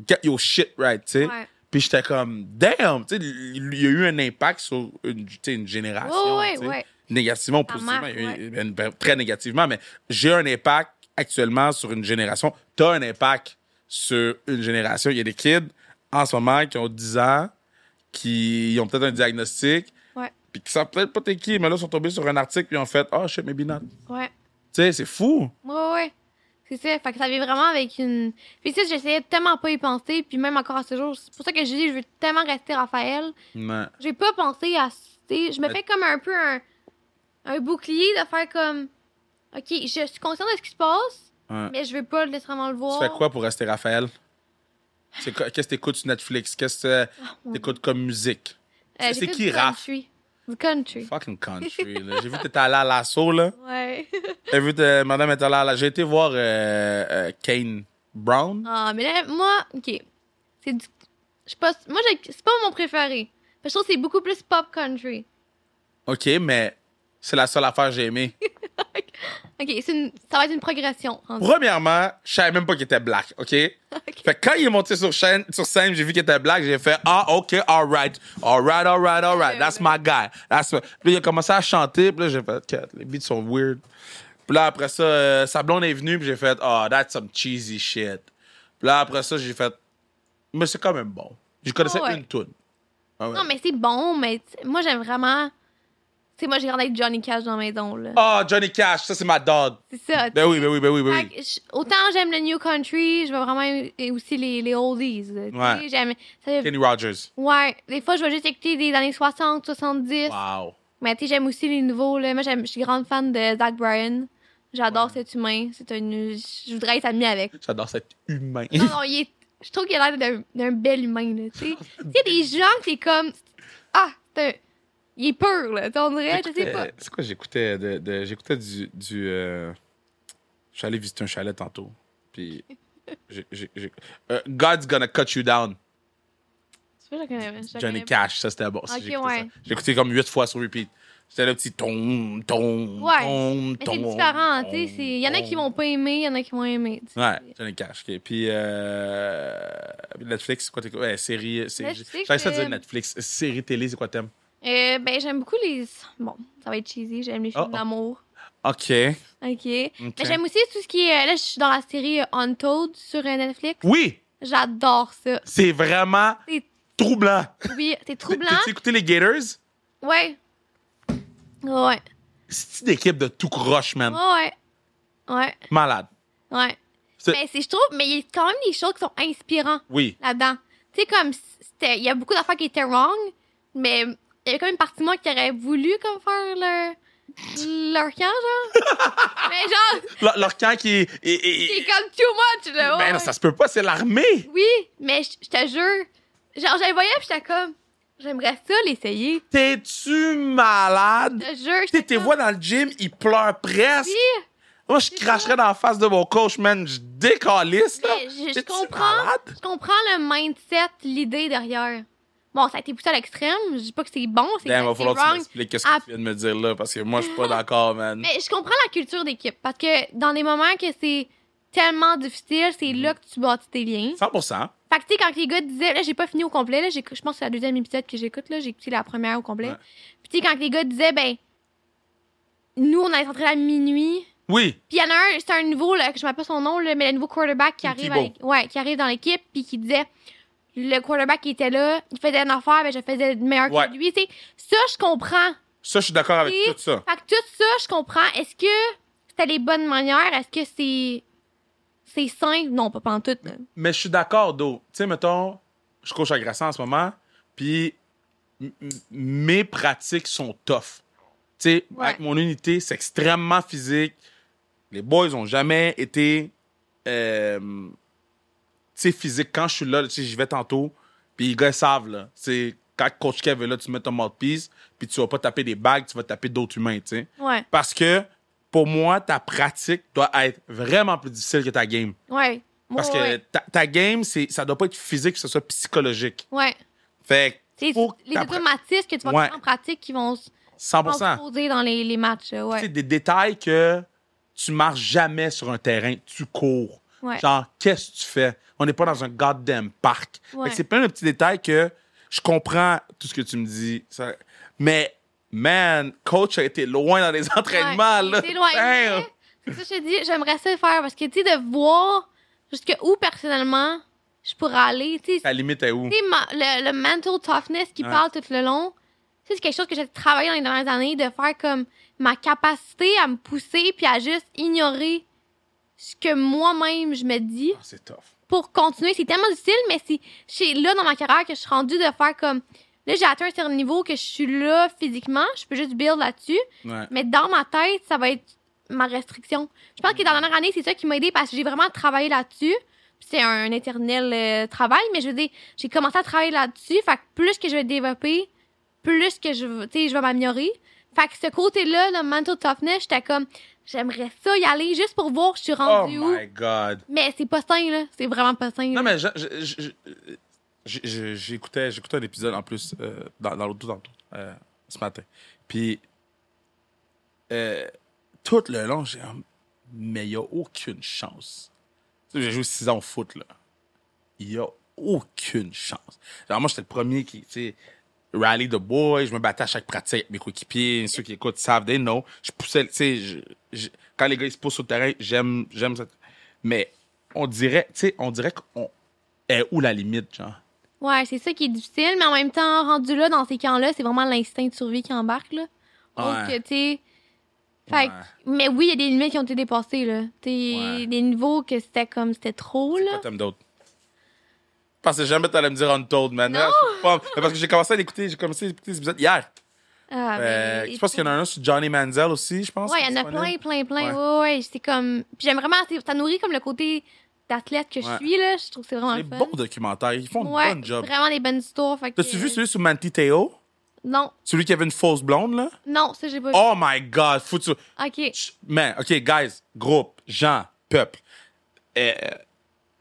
Speaker 2: get your shit right, tu sais.
Speaker 1: Ouais.
Speaker 2: Puis j'étais comme Damn, tu sais, il il y a eu un impact sur une, tu sais, une génération.
Speaker 1: Ouais, ouais,
Speaker 2: tu sais.
Speaker 1: ouais.
Speaker 2: Négativement ou positivement,
Speaker 1: marque,
Speaker 2: il y a eu- ben, ben, très négativement, mais j'ai un impact actuellement sur une génération. Tu as un impact sur une génération. Il y a des kids en ce moment qui ont 10 ans, qui ont peut-être un diagnostic,
Speaker 1: ouais,
Speaker 2: puis qui savent peut-être pas t'es qui, mais là, ils sont tombés sur un article, puis ils ont fait Oh shit, maybe not.
Speaker 1: ouais.
Speaker 2: Tu sais, c'est fou.
Speaker 1: Ouais, ouais, ouais. C'est ça. Fait que ça vient vraiment avec une. Puis ça, j'essayais tellement pas y penser. Puis même encore à ce jour, c'est pour ça que je dis, je veux tellement rester Raphaël.
Speaker 2: Ouais.
Speaker 1: J'ai pas pensé à. tu sais, Je me
Speaker 2: Mais-
Speaker 1: fais comme un peu un, un bouclier de faire comme. Ok, je suis consciente de ce qui se passe,
Speaker 2: Ouais.
Speaker 1: mais je veux pas nécessairement le voir.
Speaker 2: Tu fais quoi pour rester Raphaël? C'est quoi- Qu'est-ce que t'écoutes sur Netflix? Qu'est-ce que
Speaker 1: Oh
Speaker 2: t'écoutes comme musique?
Speaker 1: Euh,
Speaker 2: C'est- c'est
Speaker 1: j'écoute
Speaker 2: qui,
Speaker 1: du
Speaker 2: Raph?
Speaker 1: country. Du country.
Speaker 2: Fucking
Speaker 1: <laughs>
Speaker 2: country, là. J'ai vu que t'étais allé à l'assaut, là.
Speaker 1: Ouais.
Speaker 2: J'ai vu que euh, madame était allée à la- J'ai été voir euh, euh, Kane Brown.
Speaker 1: Ah, mais là, moi, ok. C'est du. Je sais pas. Moi, j'ai- c'est pas mon préféré. Parce que Je trouve que c'est beaucoup plus pop country.
Speaker 2: OK, mais c'est la seule affaire que
Speaker 1: <laughs>
Speaker 2: j'ai aimée.
Speaker 1: Ok, c'est une... ça va être une progression. en
Speaker 2: Premièrement, je savais même pas qu'il était black, OK? Fait que quand il est monté sur, chaîne, sur scène, j'ai vu qu'il était black, j'ai fait Ah, OK, all right. All right, all right, all right. That's my guy. That's my... Puis il a commencé à chanter, puis là, j'ai fait Cut, les beats sont weird. Puis là, après ça, euh, sa blonde est venue, puis j'ai fait Ah, that's some cheesy shit. Puis là, après ça, j'ai fait Mais c'est quand même bon. Je connaissais
Speaker 1: Ah ouais.
Speaker 2: une tune. Ah, ouais.
Speaker 1: Non, mais c'est bon, mais t- moi, j'aime vraiment. Tu sais, moi, j'ai grandi avec Johnny Cash dans la maison, là.
Speaker 2: Ah, Johnny Cash, ça, c'est ma dog.
Speaker 1: C'est ça.
Speaker 2: Ben oui, ben oui, ben oui, ben
Speaker 1: Fait
Speaker 2: oui.
Speaker 1: que je- Autant j'aime le New Country, je vais vraiment aimer- et aussi les, les oldies. là, tu sais,
Speaker 2: Ouais.
Speaker 1: J'aime. ça-
Speaker 2: Kenny Rogers.
Speaker 1: Ouais, des fois, je vais juste écouter des années 60, 70.
Speaker 2: Wow.
Speaker 1: Mais tu sais, j'aime aussi les nouveaux, là. Moi, j'aime- je suis grande fan de Zach Bryan. J'adore cet humain. C'est un. Je voudrais être amie
Speaker 2: <laughs>
Speaker 1: avec.
Speaker 2: J'adore cet humain.
Speaker 1: Non, non, il est- Je trouve qu'il a l'air d'un- d'un bel humain, là, tu sais.
Speaker 2: <laughs>
Speaker 1: Tu sais, des gens qui est comme. Ah, c'est un- Il est pur, là. tu sais, On dirait, je sais
Speaker 2: J'écoutais-
Speaker 1: pas.
Speaker 2: Euh, C'est quoi j'écoutais de, de- j'écoutais du du euh, je suis allé visiter un chalet tantôt. Puis j'ai- j'ai- j'ai- euh, God's gonna cut you down.
Speaker 1: Tu vois, je la connais, je la
Speaker 2: Johnny
Speaker 1: connais.
Speaker 2: Cash, ça c'était bon. ça,
Speaker 1: Ok,
Speaker 2: j'ai écouté
Speaker 1: ouais.
Speaker 2: ça. J'ai écouté comme huit fois sur repeat. C'était le petit ton ton
Speaker 1: Ouais.
Speaker 2: ton
Speaker 1: Mais c'est différent, tu sais. c'est- Il y en a qui vont pas aimer, il y en a qui vont aimer. tu sais.
Speaker 2: Ouais, Johnny Cash. ok. Puis euh, Netflix, c'est quoi t'écoutes Ouais, série, euh, série.
Speaker 1: Netflix,
Speaker 2: J'arrive pas à dire
Speaker 1: euh,
Speaker 2: Netflix, série télé, c'est quoi t'aimes
Speaker 1: Euh, ben, j'aime beaucoup les. Bon, ça va être cheesy, j'aime les films
Speaker 2: Oh, oh.
Speaker 1: d'amour.
Speaker 2: OK.
Speaker 1: OK. Mais j'aime aussi tout ce qui est. Là, je suis dans la série euh, Untold sur euh, Netflix.
Speaker 2: Oui,
Speaker 1: J'adore ça.
Speaker 2: c'est vraiment <laughs>
Speaker 1: C'est
Speaker 2: troublant.
Speaker 1: oui, c'est troublant.
Speaker 2: T'as-tu écouté les Gators?
Speaker 1: Ouais. Ouais.
Speaker 2: C'est une équipe de tout croche, man.
Speaker 1: Ouais. Ouais.
Speaker 2: Malade.
Speaker 1: Ouais.
Speaker 2: C'est-
Speaker 1: Mais c'est, je trouve, mais il y a quand même des choses qui sont inspirantes
Speaker 2: Oui.
Speaker 1: là-dedans. Tu sais, comme, c'était, il y a beaucoup d'affaires qui étaient wrong, mais il y avait quand même une partie de moi qui aurait voulu, comme, faire leur, leur camp, genre.
Speaker 2: <laughs>
Speaker 1: mais genre,
Speaker 2: Le- leur camp qui est. est- est-
Speaker 1: c'est comme too much, là. ouais,
Speaker 2: ben non,
Speaker 1: ouais.
Speaker 2: ça se peut pas, c'est l'armée.
Speaker 1: Oui, mais je je te jure, genre, j'avais voyais, puis j'étais comme, j'aimerais ça l'essayer.
Speaker 2: T'es-tu malade?
Speaker 1: Je te jure,
Speaker 2: T'es
Speaker 1: j'étais
Speaker 2: tes
Speaker 1: comme,
Speaker 2: voix dans le gym, ils pleurent presque.
Speaker 1: Euh, Oui.
Speaker 2: Moi, je cracherais dans la face de mon coach, man. Je décalisse, là.
Speaker 1: Mais je, je
Speaker 2: T'es-tu
Speaker 1: comprends,
Speaker 2: malade?
Speaker 1: je comprends le mindset, l'idée derrière. Bon, ça a été poussé à l'extrême. Je dis pas que c'est bon, c'est
Speaker 2: Ben, va
Speaker 1: c'est
Speaker 2: falloir que tu
Speaker 1: wrong.
Speaker 2: m'expliques qu'est-ce que
Speaker 1: Ah.
Speaker 2: tu viens de me dire, là, parce que moi, je suis pas d'accord, man.
Speaker 1: Mais je comprends la culture d'équipe parce que dans des moments que c'est tellement difficile, c'est
Speaker 2: Mhm.
Speaker 1: là que tu bâtis tes liens.
Speaker 2: 100
Speaker 1: Fait que tu sais, quand les gars disaient, là, j'ai pas fini au complet, là, j'ai- je pense que c'est la deuxième épisode que j'écoute, là, j'ai écouté la première au complet.
Speaker 2: Ouais.
Speaker 1: Puis tu sais, quand les gars disaient, ben, nous, on allait s'entraîner à minuit.
Speaker 2: Oui.
Speaker 1: Puis il y en a un, c'est un nouveau, là, que je m'appelle son nom, là, mais le nouveau quarterback qui
Speaker 2: Tim
Speaker 1: arrive, à-
Speaker 2: Tebow.
Speaker 1: ouais, qui arrive dans l'équipe, puis qui disait le quarterback qui était là, il faisait une affaire, ben je faisais meilleur
Speaker 2: Ouais.
Speaker 1: que lui. tu sais. Ça, je comprends.
Speaker 2: Ça, je suis d'accord avec
Speaker 1: Et-
Speaker 2: tout ça.
Speaker 1: Fait que tout ça, je comprends. Est-ce que c'était les bonnes manières? Est-ce que c'est. c'est sain. Non, pas pantoute. là.
Speaker 2: Mais je suis d'accord, d'eau. Tu sais, mettons, je coach à Grasset en ce moment, puis m- m- mes pratiques sont tough. Tu sais,
Speaker 1: Ouais.
Speaker 2: avec mon unité, c'est extrêmement physique. Les boys ont jamais été, euh, tu sais, physique. Quand je suis là, tu sais, j'y vais tantôt, puis les gars ils savent, là. C'est quand Coach Kev est là, tu mets ton mouthpiece, puis tu vas pas taper des bagues, tu vas taper d'autres humains, tu sais.
Speaker 1: Ouais.
Speaker 2: Parce que, pour moi, ta pratique doit être vraiment plus difficile que ta game.
Speaker 1: Ouais.
Speaker 2: Parce
Speaker 1: Ouais,
Speaker 2: que ta, ta game, c'est, ça doit pas être physique, que ce soit psychologique.
Speaker 1: Ouais.
Speaker 2: Fait que
Speaker 1: C'est
Speaker 2: faut que
Speaker 1: les
Speaker 2: t'apprennes
Speaker 1: automatistes que tu vas
Speaker 2: Ouais.
Speaker 1: mettre en pratique qui vont se
Speaker 2: 100%.
Speaker 1: transposer dans les, les matchs. là,
Speaker 2: C'est
Speaker 1: Ouais.
Speaker 2: des détails que tu marches jamais sur un terrain, tu cours.
Speaker 1: Ouais.
Speaker 2: Genre, qu'est-ce que tu fais? On n'est pas dans un goddamn parc. Fait que
Speaker 1: Ouais.
Speaker 2: c'est plein de petits détails que je comprends tout ce que tu me dis. Ça- Mais, man, coach a été loin dans les <laughs> entraînements,
Speaker 1: Ouais,
Speaker 2: là.
Speaker 1: C'est loin.
Speaker 2: Damn.
Speaker 1: mais C'est ça, je te dis, j'aimerais ça le faire parce que, tu sais, de voir jusqu'où personnellement je pourrais aller. Tu sais,
Speaker 2: Ta limite est où?
Speaker 1: Tu sais, ma- le, le mental toughness qui
Speaker 2: Ouais.
Speaker 1: parle tout le long, ça, c'est quelque chose que j'ai travaillé dans les dernières années, de faire comme ma capacité à me pousser puis à juste ignorer ce que moi-même je me dis
Speaker 2: Ah, c'est tough.
Speaker 1: pour continuer. C'est tellement difficile, mais c'est c'est là dans ma carrière que je suis rendue de faire comme. Là, j'ai atteint un certain niveau que je suis là physiquement, je peux juste build là-dessus,
Speaker 2: Ouais.
Speaker 1: mais dans ma tête, ça va être ma restriction. Je pense que dans la dernière année, c'est ça qui m'a aidé parce que j'ai vraiment travaillé là-dessus. Puis C'est un éternel euh, travail, mais je veux dire, j'ai commencé à travailler là-dessus. Fait que plus que je vais développer, plus que je, vais- tu sais, je vais m'améliorer. Fait que ce côté-là, le mental toughness, j'étais comme, j'aimerais ça y aller juste pour voir je suis
Speaker 2: Oh
Speaker 1: rendue où.
Speaker 2: my god.
Speaker 1: Mais c'est pas sain, là. C'est vraiment pas sain. là.
Speaker 2: Non, mais je- je- je- je- je- je- j'écoutais j'écoutais un épisode en plus euh, dans, dans l'auto tantôt, euh, ce matin. Puis, euh, tout le long, j'ai un- mais il n'y a aucune chance. Tu sais, J'ai joué 6 ans au foot, là. Il n'y a aucune chance. Genre, moi, j'étais le premier qui, tu sais, rally the boy, je me battais à chaque pratique avec mes coéquipiers, ceux qui écoutent savent, des non. Je poussais, tu sais, je- je- quand les gars, ils se poussent sur le terrain, j'aime, j'aime ça. Mais on dirait, tu sais, on dirait qu'on est où la limite, genre.
Speaker 1: Ouais, c'est ça qui est difficile, mais en même temps, rendu là, dans ces camps-là, c'est vraiment l'instinct de survie qui embarque, là. Donc,
Speaker 2: Ouais.
Speaker 1: tu sais. Fait que-
Speaker 2: Ouais.
Speaker 1: Mais oui, il y a des limites qui ont été dépassées, là. Tu sais,
Speaker 2: Ouais.
Speaker 1: des niveaux que c'était comme, c'était trop,
Speaker 2: Pas
Speaker 1: là.
Speaker 2: t'aimes d'autres. Je pensais jamais que t'allais me dire Untold, man. Là, je suis pas- Mais Parce que j'ai commencé à l'écouter, j'ai commencé à écouter cet épisode hier.
Speaker 1: Ah,
Speaker 2: Euh,
Speaker 1: mais-
Speaker 2: je pense qu'il y en a un sur Johnny Manziel aussi, je pense.
Speaker 1: Ouais, il y en a plein, plein,
Speaker 2: disponible.
Speaker 1: plein.
Speaker 2: Ouais.
Speaker 1: Ouais, ouais. C'est comme. Puis j'aime vraiment. c'est- Ça nourrit comme le côté d'athlète que je
Speaker 2: Ouais.
Speaker 1: suis, là. Je trouve que c'est vraiment
Speaker 2: Des
Speaker 1: le fun.
Speaker 2: bons documentaires, ils font
Speaker 1: ouais,
Speaker 2: une bonne job.
Speaker 1: vraiment des bonnes histoires. fait que-
Speaker 2: T'as-tu vu celui sur Manti Teo?
Speaker 1: Non,
Speaker 2: Celui qui avait une fausse blonde, là?
Speaker 1: non, ça, j'ai pas vu.
Speaker 2: Oh my God, foutu.
Speaker 1: Ok.
Speaker 2: Ch- Man, OK, guys, groupe, gens, peuple. Euh,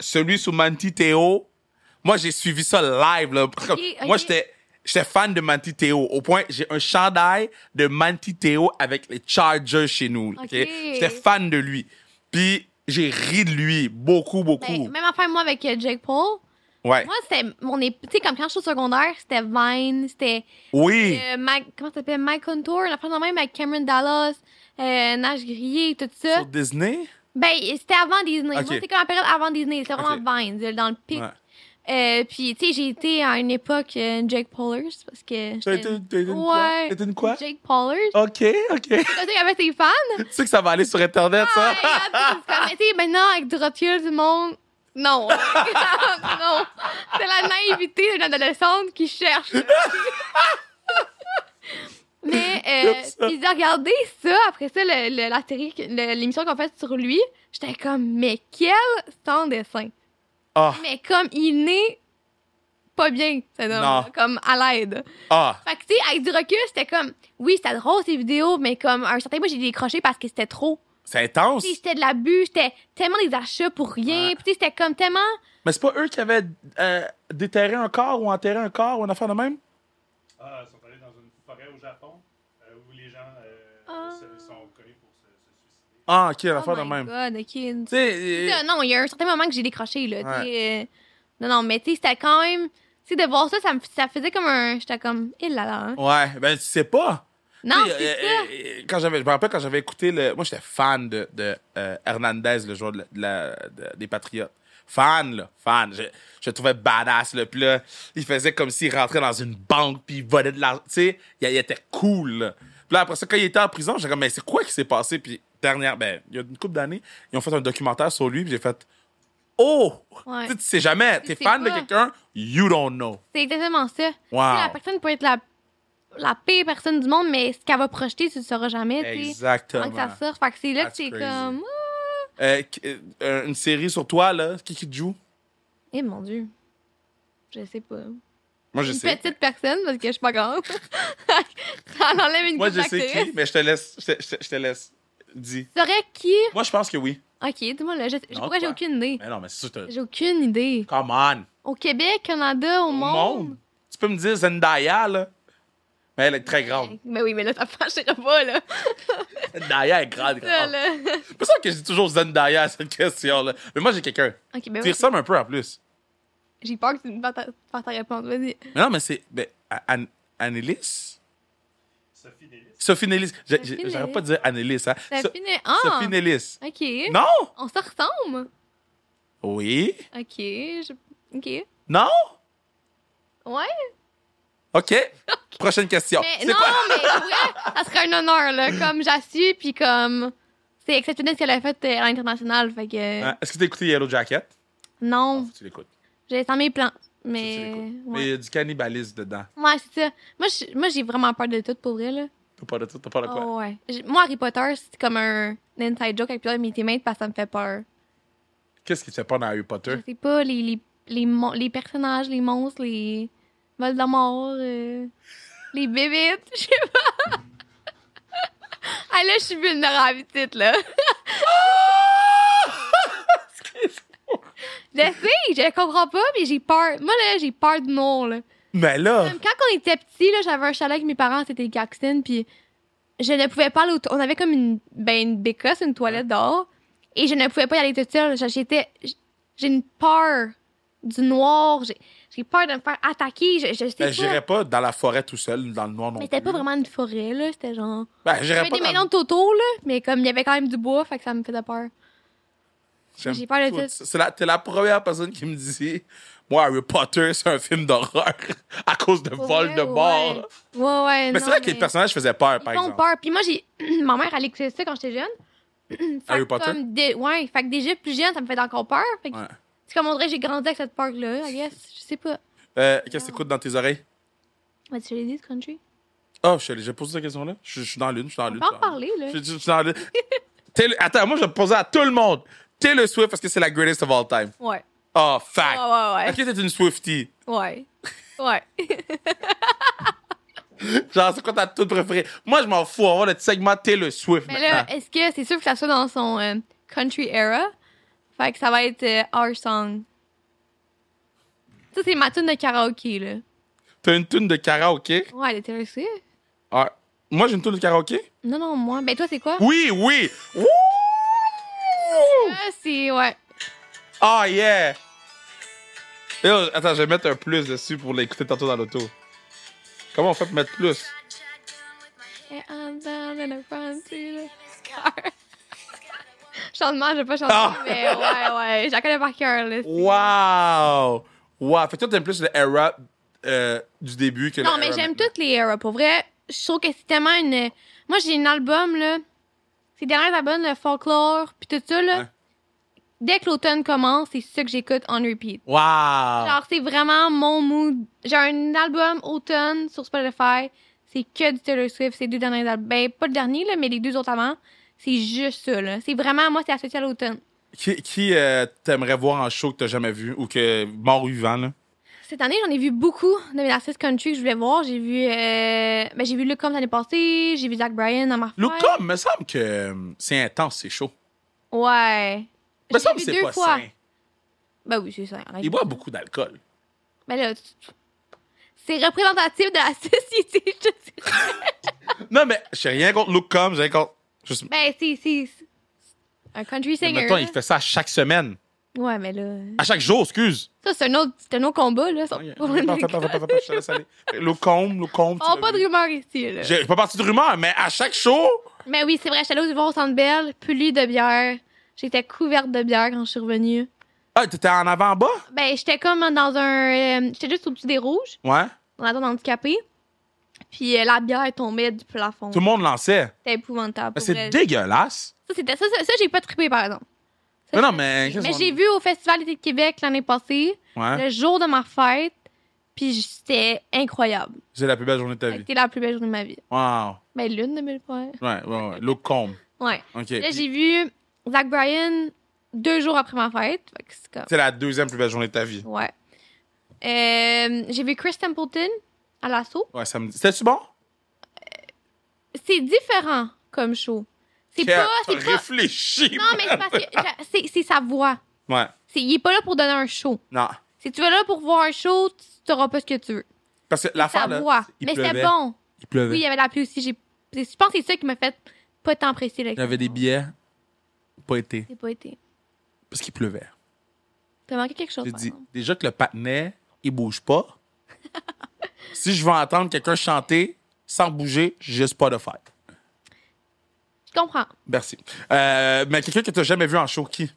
Speaker 2: celui sur Manti Théo, moi, j'ai suivi ça live. Là. <laughs> Moi,
Speaker 1: ok.
Speaker 2: j'étais j'étais fan de Manti Théo. Au point, j'ai un chandail de Manti Théo avec les Chargers chez nous. OK?
Speaker 1: Ok.
Speaker 2: J'étais fan de lui. Puis, j'ai ri de lui beaucoup,
Speaker 1: Ben,
Speaker 2: beaucoup.
Speaker 1: même affaire, moi, avec euh, Jake Paul.
Speaker 2: ouais.
Speaker 1: Moi, c'était mon é- Tu sais, comme quand je suis au secondaire, c'était Vine, c'était.
Speaker 2: oui.
Speaker 1: euh, Mike- comment ça s'appelle? Mike Contour, la de même avec Cameron Dallas, euh, Nash Grier, tout ça.
Speaker 2: Sur Disney.
Speaker 1: Ben, c'était avant Disney.
Speaker 2: Ok.
Speaker 1: Moi, c'était comme la période avant Disney. C'était vraiment Vine, dans le pic.
Speaker 2: Ouais.
Speaker 1: Euh, puis, tu sais, j'ai été à une époque euh, Jake Paulers parce que.
Speaker 2: T'as
Speaker 1: j'étais-
Speaker 2: été, t'as été une quoi?
Speaker 1: Ouais.
Speaker 2: T'as été une quoi?
Speaker 1: Jake Paulers.
Speaker 2: OK, OK.
Speaker 1: C'est comme ça qu'il avait ses fans.
Speaker 2: <laughs> tu sais que ça va aller sur Internet, ça?
Speaker 1: Hey, regarde, c'est comme, mais tu sais, maintenant, avec du recul, tout le monde.
Speaker 2: <laughs>
Speaker 1: Non. non. C'est la naïveté d'une adolescente qui
Speaker 2: <laughs>
Speaker 1: cherche. mais, euh,
Speaker 2: Comme ça.
Speaker 1: puis de regarder ça, après ça, le- le- la série, que- le- l'émission qu'on fait sur lui, j'étais comme, mais quel sans dessin.
Speaker 2: Ah,
Speaker 1: Mais comme, il n'est pas bien, cet homme,
Speaker 2: Non.
Speaker 1: comme à l'aide.
Speaker 2: ah.
Speaker 1: Fait que, tu sais, avec du recul, c'était comme, oui, c'était drôle ces vidéos, mais comme, à un certain moment, j'ai décroché parce que c'était trop.
Speaker 2: C'est intense.
Speaker 1: Tu sais, c'était de l'abus, c'était tellement des achats pour rien,
Speaker 2: Ouais.
Speaker 1: puis tu sais, c'était comme tellement.
Speaker 2: Mais c'est pas eux qui avaient euh, déterré un corps ou enterré un corps ou une affaire de même?
Speaker 4: Ah, ils sont allés dans une forêt au Japon euh, où les gens euh,
Speaker 1: Ah.
Speaker 4: se- sont connus pour se, se suicider.
Speaker 2: Ah, ok, une
Speaker 1: Oh
Speaker 2: affaire de
Speaker 1: my
Speaker 2: même.
Speaker 1: God, ok.
Speaker 2: Tu sais,
Speaker 1: Là,
Speaker 2: euh,
Speaker 1: non, il y a un certain moment que j'ai décroché, là. tu
Speaker 2: Ouais.
Speaker 1: sais, euh, Non, non, mais tu sais, c'était quand même. Tu sais, de voir ça, ça, me- ça faisait comme un. J'étais comme, il là là. hein.
Speaker 2: ouais, ben tu sais pas.
Speaker 1: Non,
Speaker 2: Tu sais,
Speaker 1: c'est ça.
Speaker 2: euh, euh, quand j'avais, je me rappelle quand j'avais écouté le, moi j'étais fan de, de euh, Hernandez, le joueur de la- de la- de- des Patriotes. Fan là, fan. Je, je le trouvais badass là, puis là, il faisait comme s'il rentrait dans une banque puis il volait de l'argent. Tu sais, il, il était cool. là. Puis là après ça, quand il était en prison, j'étais comme mais c'est quoi qui s'est passé Puis dernière, ben il y a une couple d'années, ils ont fait un documentaire sur lui, puis j'ai fait oh!
Speaker 1: Ouais.
Speaker 2: Tu sais, tu sais jamais.
Speaker 1: Tu
Speaker 2: T'es
Speaker 1: sais
Speaker 2: fan de
Speaker 1: pas.
Speaker 2: quelqu'un, you don't know.
Speaker 1: C'est exactement ça.
Speaker 2: Wow.
Speaker 1: Tu sais, La personne peut être la, la pire personne du monde, mais ce qu'elle va projeter, tu le sauras jamais. tu sais, Avant que
Speaker 2: Exactement.
Speaker 1: ça sorte. Fait que c'est là
Speaker 2: That's
Speaker 1: que c'est
Speaker 2: crazy.
Speaker 1: comme. Ah!
Speaker 2: Euh, qu- euh, une série sur toi, là, qui qui te joue?
Speaker 1: Eh mon Dieu. Je sais pas.
Speaker 2: Moi, je
Speaker 1: une
Speaker 2: sais.
Speaker 1: petite personne, parce que je suis pas grande. <laughs> ça en enlève une
Speaker 2: Moi,
Speaker 1: couple
Speaker 2: je sais qui,
Speaker 1: d'actrices.
Speaker 2: mais je te laisse. Je te, je te- je te laisse. Dis.
Speaker 1: Tu saurais qui?
Speaker 2: Moi, je pense que oui.
Speaker 1: Ok, dis-moi là. Je...
Speaker 2: Non,
Speaker 1: Pourquoi j'ai
Speaker 2: toi.
Speaker 1: aucune idée?
Speaker 2: Mais non, mais c'est sûr. que t'as-
Speaker 1: J'ai aucune idée.
Speaker 2: Come on.
Speaker 1: Au Québec, Canada, au, monde.
Speaker 2: Tu peux me dire Zendaya, là. Mais elle est très grande.
Speaker 1: Mais ben oui, mais là, ça <laughs> ne pas, là.
Speaker 2: Zendaya est
Speaker 1: Ça,
Speaker 2: grande, grande.
Speaker 1: là.
Speaker 2: C'est pour ça que je dis toujours Zendaya à cette question-là. Mais moi, j'ai quelqu'un.
Speaker 1: Ok, ben
Speaker 2: Tu y
Speaker 1: oui,
Speaker 2: ressembles un peu en plus.
Speaker 1: j'ai peur que tu me fasses ta- fasses ta réponse. Vas-y.
Speaker 2: Mais non, mais c'est. Ben, An- Annelise?
Speaker 4: Sophie Delis.
Speaker 2: Sophie Nélis. J'ai-
Speaker 1: Sophie
Speaker 2: j'ai-
Speaker 1: Nélis.
Speaker 2: J'arrête pas de dire Annelise, hein.
Speaker 1: Ça
Speaker 2: So-
Speaker 1: finit. Ah!
Speaker 2: Sophie Nélis.
Speaker 1: ok.
Speaker 2: Non!
Speaker 1: On se ressemble.
Speaker 2: Oui.
Speaker 1: Ok. je- Ok.
Speaker 2: Non?
Speaker 1: Ouais. <laughs>
Speaker 2: OK. Prochaine question.
Speaker 1: Mais
Speaker 2: Oh, C'est
Speaker 1: non,
Speaker 2: quoi?
Speaker 1: mais pour vrai, ça serait un honneur, là.
Speaker 2: <laughs>
Speaker 1: Comme j'assume, puis comme. C'est exceptionnel ce qu'elle a fait euh, à l'international. Fait que.
Speaker 2: Hein, Est-ce que t'as écouté Yellow Jacket?
Speaker 1: Non,
Speaker 2: Tu l'écoutes.
Speaker 1: j'ai sans mes plans.
Speaker 2: Ça, tu
Speaker 1: Oh. Mais.
Speaker 2: l'écoutes. Mais il
Speaker 1: Ouais,
Speaker 2: y a du cannibalisme dedans.
Speaker 1: Ouais, c'est ça. Moi, je- Moi, j'ai vraiment peur de tout, pour vrai, là.
Speaker 2: T'as pas de tout, t'as pas de Ah, quoi.
Speaker 1: Oh, ouais. J'ai- Moi, Harry Potter, c'est comme un un inside joke avec plusieurs de mes teammates parce que ça me fait peur.
Speaker 2: Qu'est-ce qui te fait pas dans Harry Potter?
Speaker 1: Je sais pas, les, les, les, mon- les personnages, les monstres, les Voldemort, euh, les bébites, <laughs> je sais pas. ah là, je suis vulnérable, petite, là. je sais, je comprends pas, mais j'ai peur. Moi, là, j'ai peur du noir, là.
Speaker 2: Mais là, ben,
Speaker 1: Comme quand on était petit, là, j'avais un chalet avec mes parents, c'était les Caxton, puis je ne pouvais pas aller au to- On avait comme une, ben, une bécosse, une toilette dehors, et je ne pouvais pas y aller toute seule. J'- J'étais, j'- j'ai une peur du noir, j'ai, j'ai peur de me faire attaquer, je, je sais
Speaker 2: ben,
Speaker 1: pas.
Speaker 2: j'irais pas dans la forêt tout seul, dans le noir non
Speaker 1: Mais c'était
Speaker 2: plus.
Speaker 1: pas vraiment une forêt, là, c'était genre...
Speaker 2: Ben, j'irais
Speaker 1: J'avais
Speaker 2: pas
Speaker 1: des
Speaker 2: dans...
Speaker 1: maisons de Toto, là, mais comme il y avait quand même du bois, fait que ça me faisait peur.
Speaker 2: J'aime
Speaker 1: j'ai peur de
Speaker 2: tout.
Speaker 1: tout.
Speaker 2: C'est la- T'es la première personne qui me dit « Moi, Harry Potter, c'est un film d'horreur <laughs> à cause de
Speaker 1: Pour
Speaker 2: vol
Speaker 1: vrai,
Speaker 2: de mort.
Speaker 1: Ouais, ouais, ouais,
Speaker 2: Mais
Speaker 1: non,
Speaker 2: c'est vrai que les personnages faisaient peur, par
Speaker 1: Ils font
Speaker 2: exemple.
Speaker 1: peur. Puis moi, j'ai. <clears throat> Ma mère, elle écoutait ça quand j'étais jeune. <clears throat> Fait
Speaker 2: Harry
Speaker 1: que
Speaker 2: Potter?
Speaker 1: Comme dé- Ouais, fait que déjà plus jeune, ça me fait encore peur. Fait que
Speaker 2: Ouais.
Speaker 1: c'est comme on dirait que j'ai grandi avec cette peur-là, I guess. Je sais pas.
Speaker 2: Euh, Qu'est-ce que t'écoutes dans tes oreilles?
Speaker 1: Ouais, tu l'as dit, ce country?
Speaker 2: Oh, je suis allé- j'ai posé cette question-là. Je, je suis dans l'une, je suis dans l'une.
Speaker 1: peut
Speaker 2: je suis
Speaker 1: en
Speaker 2: dans l'une.
Speaker 1: parler, là.
Speaker 2: Je, je- je suis dans l'une. <laughs> Taylor- Attends, moi, je vais poser à tout le monde. Taylor Swift, parce que c'est la greatest of all time.
Speaker 1: Ouais.
Speaker 2: Oh, fact.
Speaker 1: Ah, Ouais, ouais, ouais.
Speaker 2: Est-ce que t'es une Swiftie?
Speaker 1: Ouais. Ouais.
Speaker 2: Genre, c'est quoi ta toute préférée? Moi, je m'en fous. On va avoir le petit segment Taylor Swift.
Speaker 1: <laughs> Mais là,
Speaker 2: maintenant.
Speaker 1: est-ce que c'est sûr que ça soit dans son euh, country era? Fait que ça va être euh, Our Song. Ça, c'est ma tune de karaoké, là.
Speaker 2: T'as une tune de karaoké?
Speaker 1: Ouais, elle était aussi.
Speaker 2: Ah, moi, j'ai une tune de karaoké?
Speaker 1: Non, non, moi. Ben, toi, c'est quoi?
Speaker 2: Oui, oui! Wouh!
Speaker 1: Ah, c'est. Ouais.
Speaker 2: Ah, yeah! Yo, attends, je vais mettre un plus dessus pour l'écouter tantôt dans l'auto. Comment on fait pour mettre plus?
Speaker 1: Et I'm down in the front seat of the <laughs> car. Chantement, je vais pas chanter,
Speaker 2: Ah!
Speaker 1: mais ouais, ouais, je la connais par cœur, là.
Speaker 2: Wow! Wow! Fait que toi, t'aimes plus le era euh, du début que le
Speaker 1: Non, mais
Speaker 2: era
Speaker 1: j'aime
Speaker 2: maintenant.
Speaker 1: toutes les eras. Pour vrai, je trouve que c'est tellement une. Moi, j'ai un album, là. Ces derniers albums, le folklore, puis tout ça, là.
Speaker 2: Ouais.
Speaker 1: Dès que l'automne commence, c'est ça que j'écoute en repeat.
Speaker 2: Wow!
Speaker 1: Genre, c'est vraiment mon mood. J'ai un album automne sur Spotify. C'est que du Taylor Swift, ces deux derniers albums. Ben, pas le dernier, là, mais les deux autres avant. C'est juste ça, là. C'est vraiment, moi, c'est associé à l'automne.
Speaker 2: Qui, qui euh, t'aimerais voir en show que t'as jamais vu ou que mort ou vivant, là?
Speaker 1: Cette année, j'en ai vu beaucoup de mes artistes country que je voulais voir. J'ai vu, euh, ben, j'ai vu Luke Combs l'année passée, j'ai vu Zach Bryan à Marseille.
Speaker 2: Look comme, me semble que euh, c'est intense, c'est chaud.
Speaker 1: Ouais.
Speaker 2: Me
Speaker 1: Je
Speaker 2: semble
Speaker 1: l'ai
Speaker 2: que
Speaker 1: vu
Speaker 2: c'est
Speaker 1: deux
Speaker 2: pas
Speaker 1: fois.
Speaker 2: sain.
Speaker 1: Ben oui, c'est ça.
Speaker 2: Il boit beaucoup d'alcool.
Speaker 1: Ben là, tu- c'est représentatif de la <laughs> société. je sais.
Speaker 2: Non, mais j'ai rien contre Look comme, j'ai rien contre. Juste...
Speaker 1: Ben, c'est, c'est c'est un country
Speaker 2: Mais
Speaker 1: singer.
Speaker 2: mettons,
Speaker 1: là.
Speaker 2: il fait ça à chaque semaine.
Speaker 1: Ouais, mais là,
Speaker 2: À chaque jour, excuse.
Speaker 1: ça, c'est un autre, c'est un autre combat, là. ça-
Speaker 2: Attends, attends, attends, attends, attends, je te laisse aller. Locombe, Locombe. tu
Speaker 1: On
Speaker 2: l'as
Speaker 1: n'a pas de
Speaker 2: vu.
Speaker 1: rumeur ici, là.
Speaker 2: J'ai j'ai pas parti de rumeur, mais à chaque show,
Speaker 1: Mais oui, c'est vrai, j'étais allée voir au Centre Belle, pullue de bière. J'étais couverte de bière quand je suis revenue.
Speaker 2: ah, t'étais en avant-bas?
Speaker 1: Ben, j'étais comme dans un... euh, j'étais juste au-dessus des rouges,
Speaker 2: Ouais.
Speaker 1: dans la zone handicapée. Puis euh, la bière tombait du plafond.
Speaker 2: Tout le Ben, monde lançait.
Speaker 1: C'était épouvantable.
Speaker 2: Mais
Speaker 1: pour vrai.
Speaker 2: C'est dégueulasse.
Speaker 1: Ça, c'était ça, ça, ça, j'ai pas trippé, par exemple. Ça,
Speaker 2: Mais non,
Speaker 1: je-
Speaker 2: mais Hein? qu'est-ce
Speaker 1: Mais
Speaker 2: qu'on-
Speaker 1: j'ai vu au Festival d'été de Québec l'année passée,
Speaker 2: Ouais.
Speaker 1: le jour de ma fête, puis c'était incroyable.
Speaker 2: C'est la plus belle journée de ta vie.
Speaker 1: C'était la plus belle journée de ma vie.
Speaker 2: Wow.
Speaker 1: Ben, l'une de mes fois.
Speaker 2: Ouais, ouais, ouais. Look calm.
Speaker 1: Ouais.
Speaker 2: OK.
Speaker 1: Là, j'ai vu Zach Bryan deux jours après ma fête. Fait que c'est comme-
Speaker 2: C'est la deuxième plus belle journée de ta vie.
Speaker 1: Ouais. Euh, j'ai vu Chris Templeton à l'assaut.
Speaker 2: Ouais, ça me dit. C'était-tu bon?
Speaker 1: C'est différent comme show. C'est
Speaker 2: Kat,
Speaker 1: pas.
Speaker 2: t'as
Speaker 1: C'est pas...
Speaker 2: réfléchi.
Speaker 1: Non, mais c'est parce que j'a- c'est- c'est sa voix.
Speaker 2: Ouais.
Speaker 1: C'est- il est pas là pour donner un show.
Speaker 2: Non.
Speaker 1: Si tu vas là pour voir un show, tu n'auras pas ce que tu veux.
Speaker 2: Parce que
Speaker 1: Sa
Speaker 2: l'affaire, là,
Speaker 1: voix.
Speaker 2: il
Speaker 1: Mais
Speaker 2: pleuvait.
Speaker 1: c'était bon.
Speaker 2: Il pleuvait.
Speaker 1: Oui, il y avait la pluie aussi. J'ai- Je pense que c'est ça qui m'a fait pas tant apprécier
Speaker 2: Il y avait des billets. Pas été.
Speaker 1: C'est pas été.
Speaker 2: Parce qu'il pleuvait.
Speaker 1: T'as manqué quelque chose.
Speaker 2: J'ai
Speaker 1: par
Speaker 2: dit,
Speaker 1: exemple.
Speaker 2: déjà que le patinet, il bouge pas.
Speaker 1: <laughs>
Speaker 2: si je veux entendre quelqu'un chanter sans bouger, j'ai juste pas de fête.
Speaker 1: Je comprends.
Speaker 2: Merci. Euh, mais quelqu'un que t'as jamais vu en show, qui?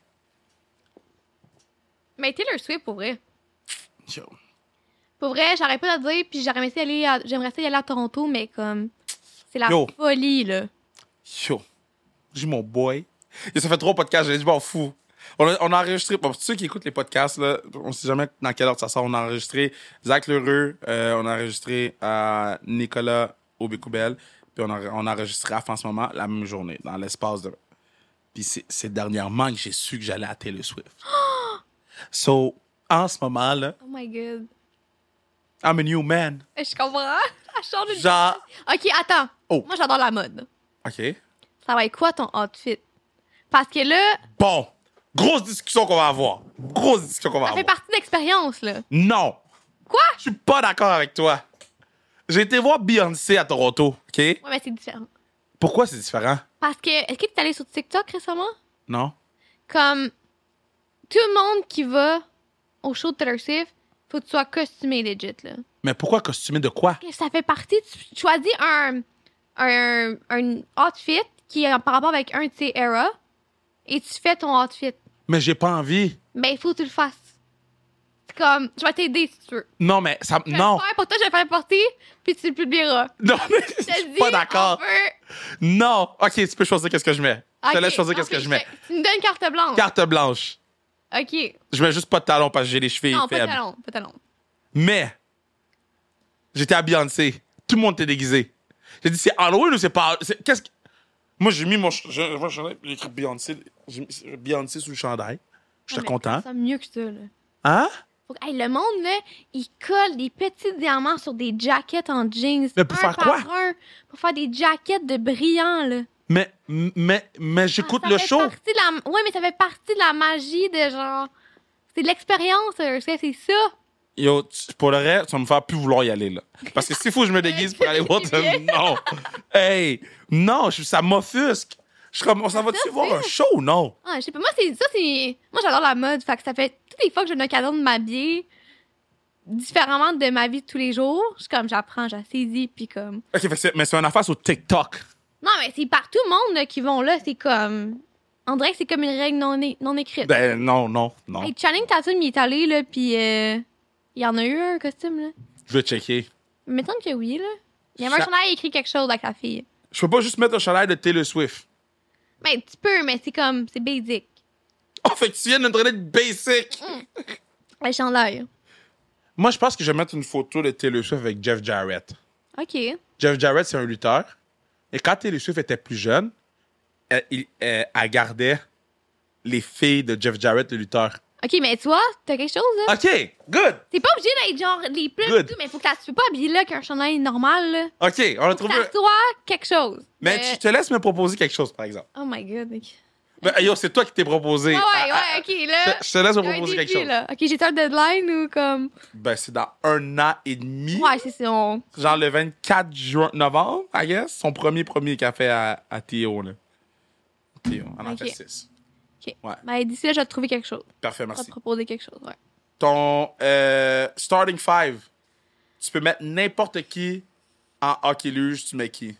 Speaker 1: Mais Taylor Swift, pour vrai. Pour vrai, j'arrête pas de le dire, puis j'aurais aimé ça y aller à- j'aimerais ça y aller à Toronto, mais comme. C'est la
Speaker 2: Yo.
Speaker 1: folie, là.
Speaker 2: Yo, j'ai mon boy. Et ça fait trois podcasts, j'ai dit, bon, fou. On a, on a enregistré, pour ceux qui écoutent les podcasts, là, on sait jamais dans quelle heure ça sort. On a enregistré Zach Lheureux, euh, on a enregistré à Nicolas Aubécoubel, puis on a, on a enregistré à France Moment la même journée, dans l'espace de. Puis c'est- c'est dernièrement que j'ai su que j'allais à Taylor Swift.
Speaker 1: <gasps>
Speaker 2: so, en ce moment, là,
Speaker 1: Oh my god.
Speaker 2: I'm a new man.
Speaker 1: Je comprends. <laughs> Ça change une-
Speaker 2: Genre.
Speaker 1: Ok, attends.
Speaker 2: Oh.
Speaker 1: Moi, j'adore la mode.
Speaker 2: OK.
Speaker 1: Ça va être quoi ton outfit? Parce que là,
Speaker 2: Bon. Grosse discussion qu'on va avoir. Grosse discussion qu'on va
Speaker 1: ça fait
Speaker 2: avoir.
Speaker 1: partie de l'expérience, là.
Speaker 2: Non.
Speaker 1: Quoi?
Speaker 2: Je suis pas d'accord avec toi. J'ai été voir Beyoncé à Toronto, OK?
Speaker 1: Ouais, mais c'est différent.
Speaker 2: Pourquoi c'est différent?
Speaker 1: Parce que, est-ce que t'es allé sur TikTok récemment?
Speaker 2: Non.
Speaker 1: Comme, tout le monde qui va au show de Taylor Swift, faut que tu sois costumé legit, là.
Speaker 2: Mais pourquoi costumé de quoi?
Speaker 1: que ça fait partie. Tu choisis un, un, un outfit qui est en- par rapport avec un de tes era et tu fais ton outfit.
Speaker 2: Mais j'ai pas envie.
Speaker 1: Mais il faut que tu le fasses. C'est comme, je vais t'aider si tu veux.
Speaker 2: Non, mais ça...
Speaker 1: Je vais
Speaker 2: Non.
Speaker 1: le faire pour toi, je vais le faire porter, puis tu le publieras.
Speaker 2: Non, mais je
Speaker 1: Je te
Speaker 2: suis
Speaker 1: dis,
Speaker 2: pas
Speaker 1: on
Speaker 2: d'accord.
Speaker 1: peut-
Speaker 2: Non. OK, tu peux choisir qu'est-ce que je mets. Je te
Speaker 1: Ok,
Speaker 2: laisse choisir qu'est-ce
Speaker 1: ok,
Speaker 2: que je mets.
Speaker 1: Tu me donnes carte blanche.
Speaker 2: Carte blanche.
Speaker 1: OK.
Speaker 2: Je mets juste pas de talons parce que j'ai les chevilles
Speaker 1: Non, pas de
Speaker 2: faibles.
Speaker 1: talon, pas de talon.
Speaker 2: Mais j'étais à Beyoncé. Tout le monde était déguisé. J'ai dit, c'est Halloween ou c'est pas. c'est- Qu'est-ce que. Moi, j'ai mis mon. ch- J'ai mon chandail, puis j'ai écrit Beyoncé. J'ai mis Beyoncé sous le chandail. J'étais
Speaker 1: Ouais, mais
Speaker 2: content.
Speaker 1: C'est mieux que ça, là.
Speaker 2: Hein?
Speaker 1: Faut que- hey, le monde, là, il colle des petits diamants sur des jackets en jeans.
Speaker 2: Mais pour
Speaker 1: un
Speaker 2: faire
Speaker 1: par
Speaker 2: quoi?
Speaker 1: un, pour faire des jackets de brillants, là.
Speaker 2: Mais, mais, mais j'écoute
Speaker 1: Ah, ça
Speaker 2: le
Speaker 1: fait
Speaker 2: show.
Speaker 1: partie de la... Ouais, mais ça fait partie de la magie de genre. C'est de l'expérience, euh, c'est c'est ça.
Speaker 2: Yo, tu- pour le reste, tu vas me faire plus vouloir y aller, là. Parce que s'il faut que je me déguise pour
Speaker 1: <laughs>
Speaker 2: aller voir,
Speaker 1: Tu viens.
Speaker 2: non. Hey, non, je- ça m'offusque. Je suis comme, on s'en va-tu
Speaker 1: Ça,
Speaker 2: voir
Speaker 1: c'est-
Speaker 2: un show ou non?
Speaker 1: Ah, je sais pas. Moi, c'est ça, c'est. Moi, j'adore la mode. Fait que ça fait toutes les fois que j'ai une occasion de m'habiller différemment de ma vie de tous les jours. Je suis comme, j'apprends, j'assaisis, puis comme.
Speaker 2: Ok, fait que c'est- mais c'est une affaire sur TikTok.
Speaker 1: Non, mais c'est par tout le monde là, qui vont là. C'est comme. On dirait que c'est comme une règle non, é- non écrite.
Speaker 2: Ben, non, non, non.
Speaker 1: Hey, Channing Tatum, il est allé, là, puis euh, il y en a eu un costume, là.
Speaker 2: Je vais checker.
Speaker 1: Il me semble que oui, là. Il y avait un
Speaker 2: Ça-
Speaker 1: chandail écrit quelque chose avec la fille.
Speaker 2: Je peux pas juste mettre un chandail de Taylor Swift.
Speaker 1: Ben, tu peux, mais c'est comme, c'est basic.
Speaker 2: Oh, fait que tu viens de me donner de basic.
Speaker 1: Mm. Le chandail.
Speaker 2: Moi, je pense que je vais mettre une photo de Taylor Swift avec Jeff Jarrett.
Speaker 1: OK.
Speaker 2: Jeff Jarrett, c'est un lutteur. Et quand Taylor Swift était plus jeune, elle, il- elle- elle gardait les filles de Jeff Jarrett, le lutteur.
Speaker 1: OK, mais toi, t'as quelque chose, là?
Speaker 2: OK, good.
Speaker 1: T'es pas obligé d'être genre les plumes et
Speaker 2: Good.
Speaker 1: tout, mais faut que ça- tu peux pas habiller là qu'un chandail normal, là.
Speaker 2: OK, on a
Speaker 1: Faut
Speaker 2: trouvé.
Speaker 1: que ça soit quelque chose.
Speaker 2: Mais
Speaker 1: Euh,
Speaker 2: tu te laisses me proposer quelque chose, par exemple.
Speaker 1: Oh my God. ok.
Speaker 2: Ben, yo, c'est toi qui t'es proposé.
Speaker 1: Ah ouais,
Speaker 2: Ah, ah,
Speaker 1: ouais, OK, là...
Speaker 2: Je, je te laisse me
Speaker 1: il y a un
Speaker 2: proposer
Speaker 1: défi,
Speaker 2: quelque chose.
Speaker 1: Là. OK, j'ai un deadline ou comme...
Speaker 2: Ben, c'est dans un an et demi.
Speaker 1: Ouais, c'est ça. on-
Speaker 2: Genre le 24 juin, novembre, I guess. Son premier premier café à, à Théo, là. Théo, on en
Speaker 1: Ok.
Speaker 2: fait six.
Speaker 1: OK.
Speaker 2: Ouais.
Speaker 1: Ben, d'ici là, je vais te trouver quelque chose.
Speaker 2: Parfait,
Speaker 1: Je vais te
Speaker 2: merci.
Speaker 1: proposer quelque chose, ouais.
Speaker 2: Ton euh, starting five, tu peux mettre n'importe qui en hockey luge, tu mets qui?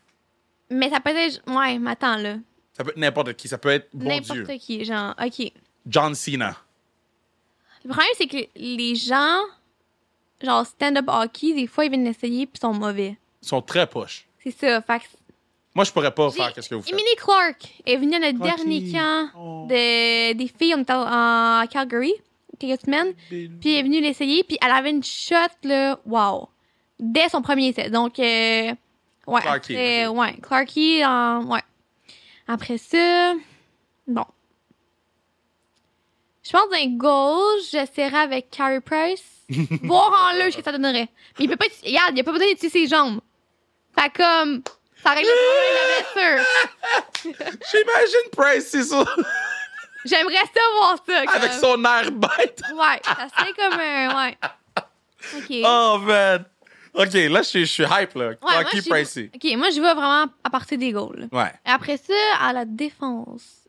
Speaker 1: Mais ça peut être... Ouais, mais attends, là.
Speaker 2: Ça peut être n'importe qui. Ça peut être, bon Dieu,
Speaker 1: N'importe qui, genre... OK.
Speaker 2: John Cena.
Speaker 1: Le problème, c'est que les gens, genre stand-up hockey, des fois, ils viennent l'essayer puis ils sont mauvais.
Speaker 2: Ils sont très poches.
Speaker 1: C'est ça. Fait que
Speaker 2: Moi,
Speaker 5: Moi, je pourrais pas
Speaker 1: J'ai-
Speaker 5: faire qu'est-ce que vous faites.
Speaker 1: Emily Clark est venue à notre
Speaker 5: Clarky.
Speaker 1: dernier camp
Speaker 5: Oh.
Speaker 1: de- des filles. On était en- en Calgary quelques semaines. Puis elle est venue l'essayer. Puis elle avait une shot, là, wow, dès son premier set. Donc, euh, ouais.
Speaker 5: Clarky,
Speaker 1: après- ouais, Clarky, euh, ouais. Après ça, bon. Je pense d'un goal, j'essaierai avec Carrie
Speaker 5: <laughs>
Speaker 1: Price. Voir en l'œil ce que ça donnerait. Mais il peut pas être- Regarde, il a pas besoin d'utiliser ses jambes. Fait comme. Ça règle le problème de la blessure.
Speaker 5: J'imagine Price, c'est ça.
Speaker 1: Euh, J'aimerais ça voir ça. Comme...
Speaker 5: Avec son air bête.
Speaker 1: Ouais, ça serait comme un.
Speaker 5: <laughs>
Speaker 1: Ouais. Ok.
Speaker 5: Oh, man.
Speaker 2: OK, là, je suis, je suis hype, là.
Speaker 1: Ouais, moi,
Speaker 2: Clarky
Speaker 1: j'y vais-
Speaker 2: Pricey.
Speaker 1: Ok, moi, je vais vraiment à partir des goals.
Speaker 2: Ouais.
Speaker 1: Et Après ça, à la défense.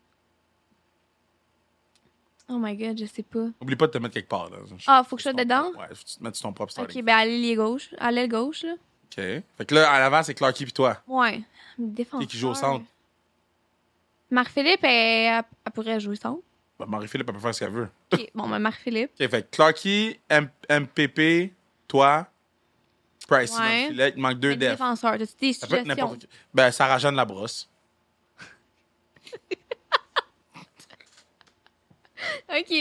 Speaker 1: Oh my god, je sais pas.
Speaker 2: Oublie pas de te mettre quelque part, là.
Speaker 1: Ah, faut que je sois dedans?
Speaker 2: Ouais, faut que tu te mettes sur ton propre starting.
Speaker 1: Ok, ben à l'aile gauche. À l'aile gauche, là.
Speaker 2: OK. Fait que là, à l'avant, c'est Clarky puis toi.
Speaker 1: Ouais. Défense.
Speaker 2: Qui qui joue au centre?
Speaker 1: Marc-Philippe, elle, elle pourrait jouer centre.
Speaker 2: Ben, Marie-Philippe, elle peut faire ce qu'elle veut.
Speaker 1: Ok,
Speaker 2: <laughs>
Speaker 1: bon, ben Marc-Philippe.
Speaker 2: OK, fait que Clarky, M- MPP, toi, Pricey. dans le
Speaker 1: Ouais.
Speaker 2: filet. Il manque deux
Speaker 1: Avec
Speaker 2: def.
Speaker 1: Défenseur, t'as-tu des
Speaker 2: Ça peut être
Speaker 1: suggestions?
Speaker 2: n'importe qui. Ben, Sarah Jeanne Labrosse.
Speaker 1: Ok.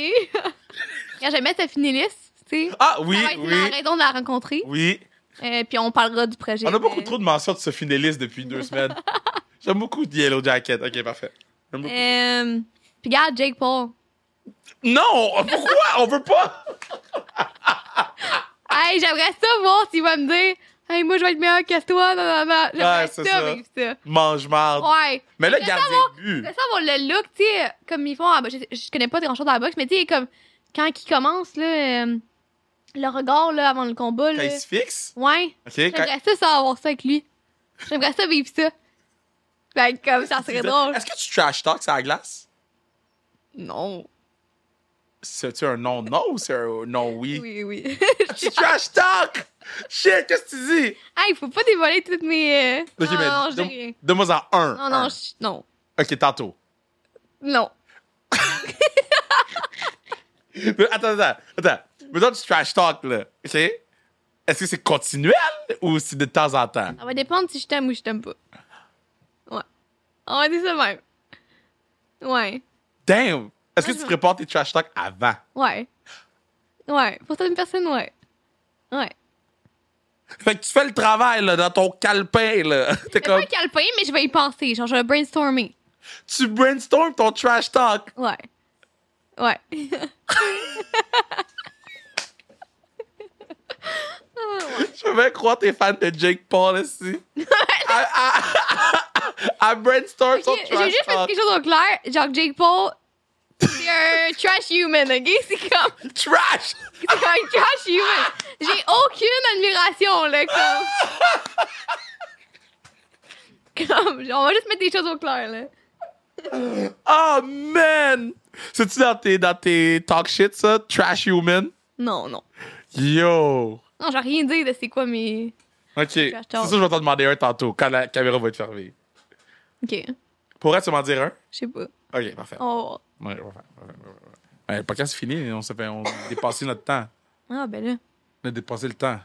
Speaker 1: <laughs> Quand jamais ta finie liste, tu sais.
Speaker 2: Ah, oui,
Speaker 1: Ça va être
Speaker 2: oui.
Speaker 1: la raison de la rencontrer.
Speaker 2: Oui.
Speaker 1: Euh, puis on parlera du projet. Euh,
Speaker 2: On a beaucoup trop de mentions de ce finaliste depuis deux
Speaker 1: <laughs>
Speaker 2: semaines. J'aime beaucoup de Yellow Jacket. OK, parfait. J'aime beaucoup.
Speaker 1: Euh, puis regarde, Jake Paul.
Speaker 2: Non! Pourquoi? On veut pas!
Speaker 1: Hey, j'aimerais ça voir s'il va me dire Hey, moi, je vais être meilleur que toi. Non, non, non. J'aimerais
Speaker 2: Ouais, c'est
Speaker 1: ça,
Speaker 2: ça.
Speaker 1: vivre ça.
Speaker 2: Mange marde.
Speaker 1: Ouais.
Speaker 2: Mais là,
Speaker 1: Je
Speaker 2: gardien
Speaker 1: savoir-
Speaker 2: de but.
Speaker 1: J'aimerais ça voir le look, tu sais, comme ils font. à- Je, je connais pas grand chose dans la boxe, mais tu sais, comme quand ils commencent, là, euh, le regard, là, avant le combat,
Speaker 2: Quand
Speaker 1: là.
Speaker 2: il se fixe.
Speaker 1: Ouais.
Speaker 2: OK, quand-
Speaker 1: J'aimerais ça, ça, avoir ça avec lui. J'aimerais ça vivre ça. Fait que, comme ça serait drôle.
Speaker 2: Est-ce que tu trash talks à la glace?
Speaker 1: Non.
Speaker 2: C'est-tu un non-non ou c'est un non-oui?
Speaker 1: Oui, oui. <laughs>
Speaker 2: Tu trash talk! Shit, qu'est-ce que tu dis?
Speaker 1: hey, faut pas dévoiler toutes mes. euh,
Speaker 2: Ok,
Speaker 1: non,
Speaker 2: mais
Speaker 1: non, j'ai
Speaker 2: donne-
Speaker 1: rien.
Speaker 2: Donne-moi en un.
Speaker 1: Non,
Speaker 2: un.
Speaker 1: non, je- non.
Speaker 2: OK, tantôt.
Speaker 1: Non.
Speaker 2: Mais attends, attends, attends. Mettons, tu trash talk, là. OK? Est-ce que c'est continuel ou c'est de temps en temps?
Speaker 1: Ça va dépendre si je t'aime ou je t'aime pas. Ouais. On va dire ça de même. Ouais.
Speaker 2: Damn! Est-ce que
Speaker 1: Moi,
Speaker 2: tu
Speaker 1: je-
Speaker 2: prépares tes trash talks avant?
Speaker 1: Ouais. Ouais. Pour certaines personnes, ouais. Ouais.
Speaker 2: Fait que tu fais le travail, là, dans ton calepin, là. T'es
Speaker 1: C'est pas
Speaker 2: comme,
Speaker 1: un calepin, mais je vais y penser. Genre, je vais brainstormer.
Speaker 2: tu brainstorm ton trash talk.
Speaker 1: Ouais. Ouais. <laughs>
Speaker 2: Je vais croire t'es fan de Jake Paul,
Speaker 1: <laughs>
Speaker 2: ici. à, <laughs> à- à brainstorm
Speaker 1: Ok,
Speaker 2: son
Speaker 1: J'ai
Speaker 2: trash
Speaker 1: juste fait
Speaker 2: talk.
Speaker 1: quelque chose au clair. Genre, Jake Paul, c'est un trash human, ok? C'est comme.
Speaker 2: Trash!
Speaker 1: C'est un trash human. J'ai aucune admiration, là, comme. comme. genre, On va juste mettre des choses au clair, là.
Speaker 2: Oh, man! C'est-tu dans tes, dans tes talk shit, ça? Trash human?
Speaker 1: Non, non.
Speaker 2: Yo!
Speaker 1: Non, j'ai rien dit de c'est quoi mes.
Speaker 2: OK. C'est
Speaker 1: Trash
Speaker 2: ça,
Speaker 1: talk.
Speaker 2: je vais t'en demander un tantôt, quand la caméra va être fermée.
Speaker 1: Ok,
Speaker 2: Pourrais-tu m'en dire un?
Speaker 1: je sais pas.
Speaker 2: OK, parfait.
Speaker 1: Oh.
Speaker 2: Ouais, parfait, parfait, parfait. Ouais, le podcast est fini, on s'est fait, on a dépassé notre temps.
Speaker 1: Ah, ben là.
Speaker 2: On a dépassé le temps.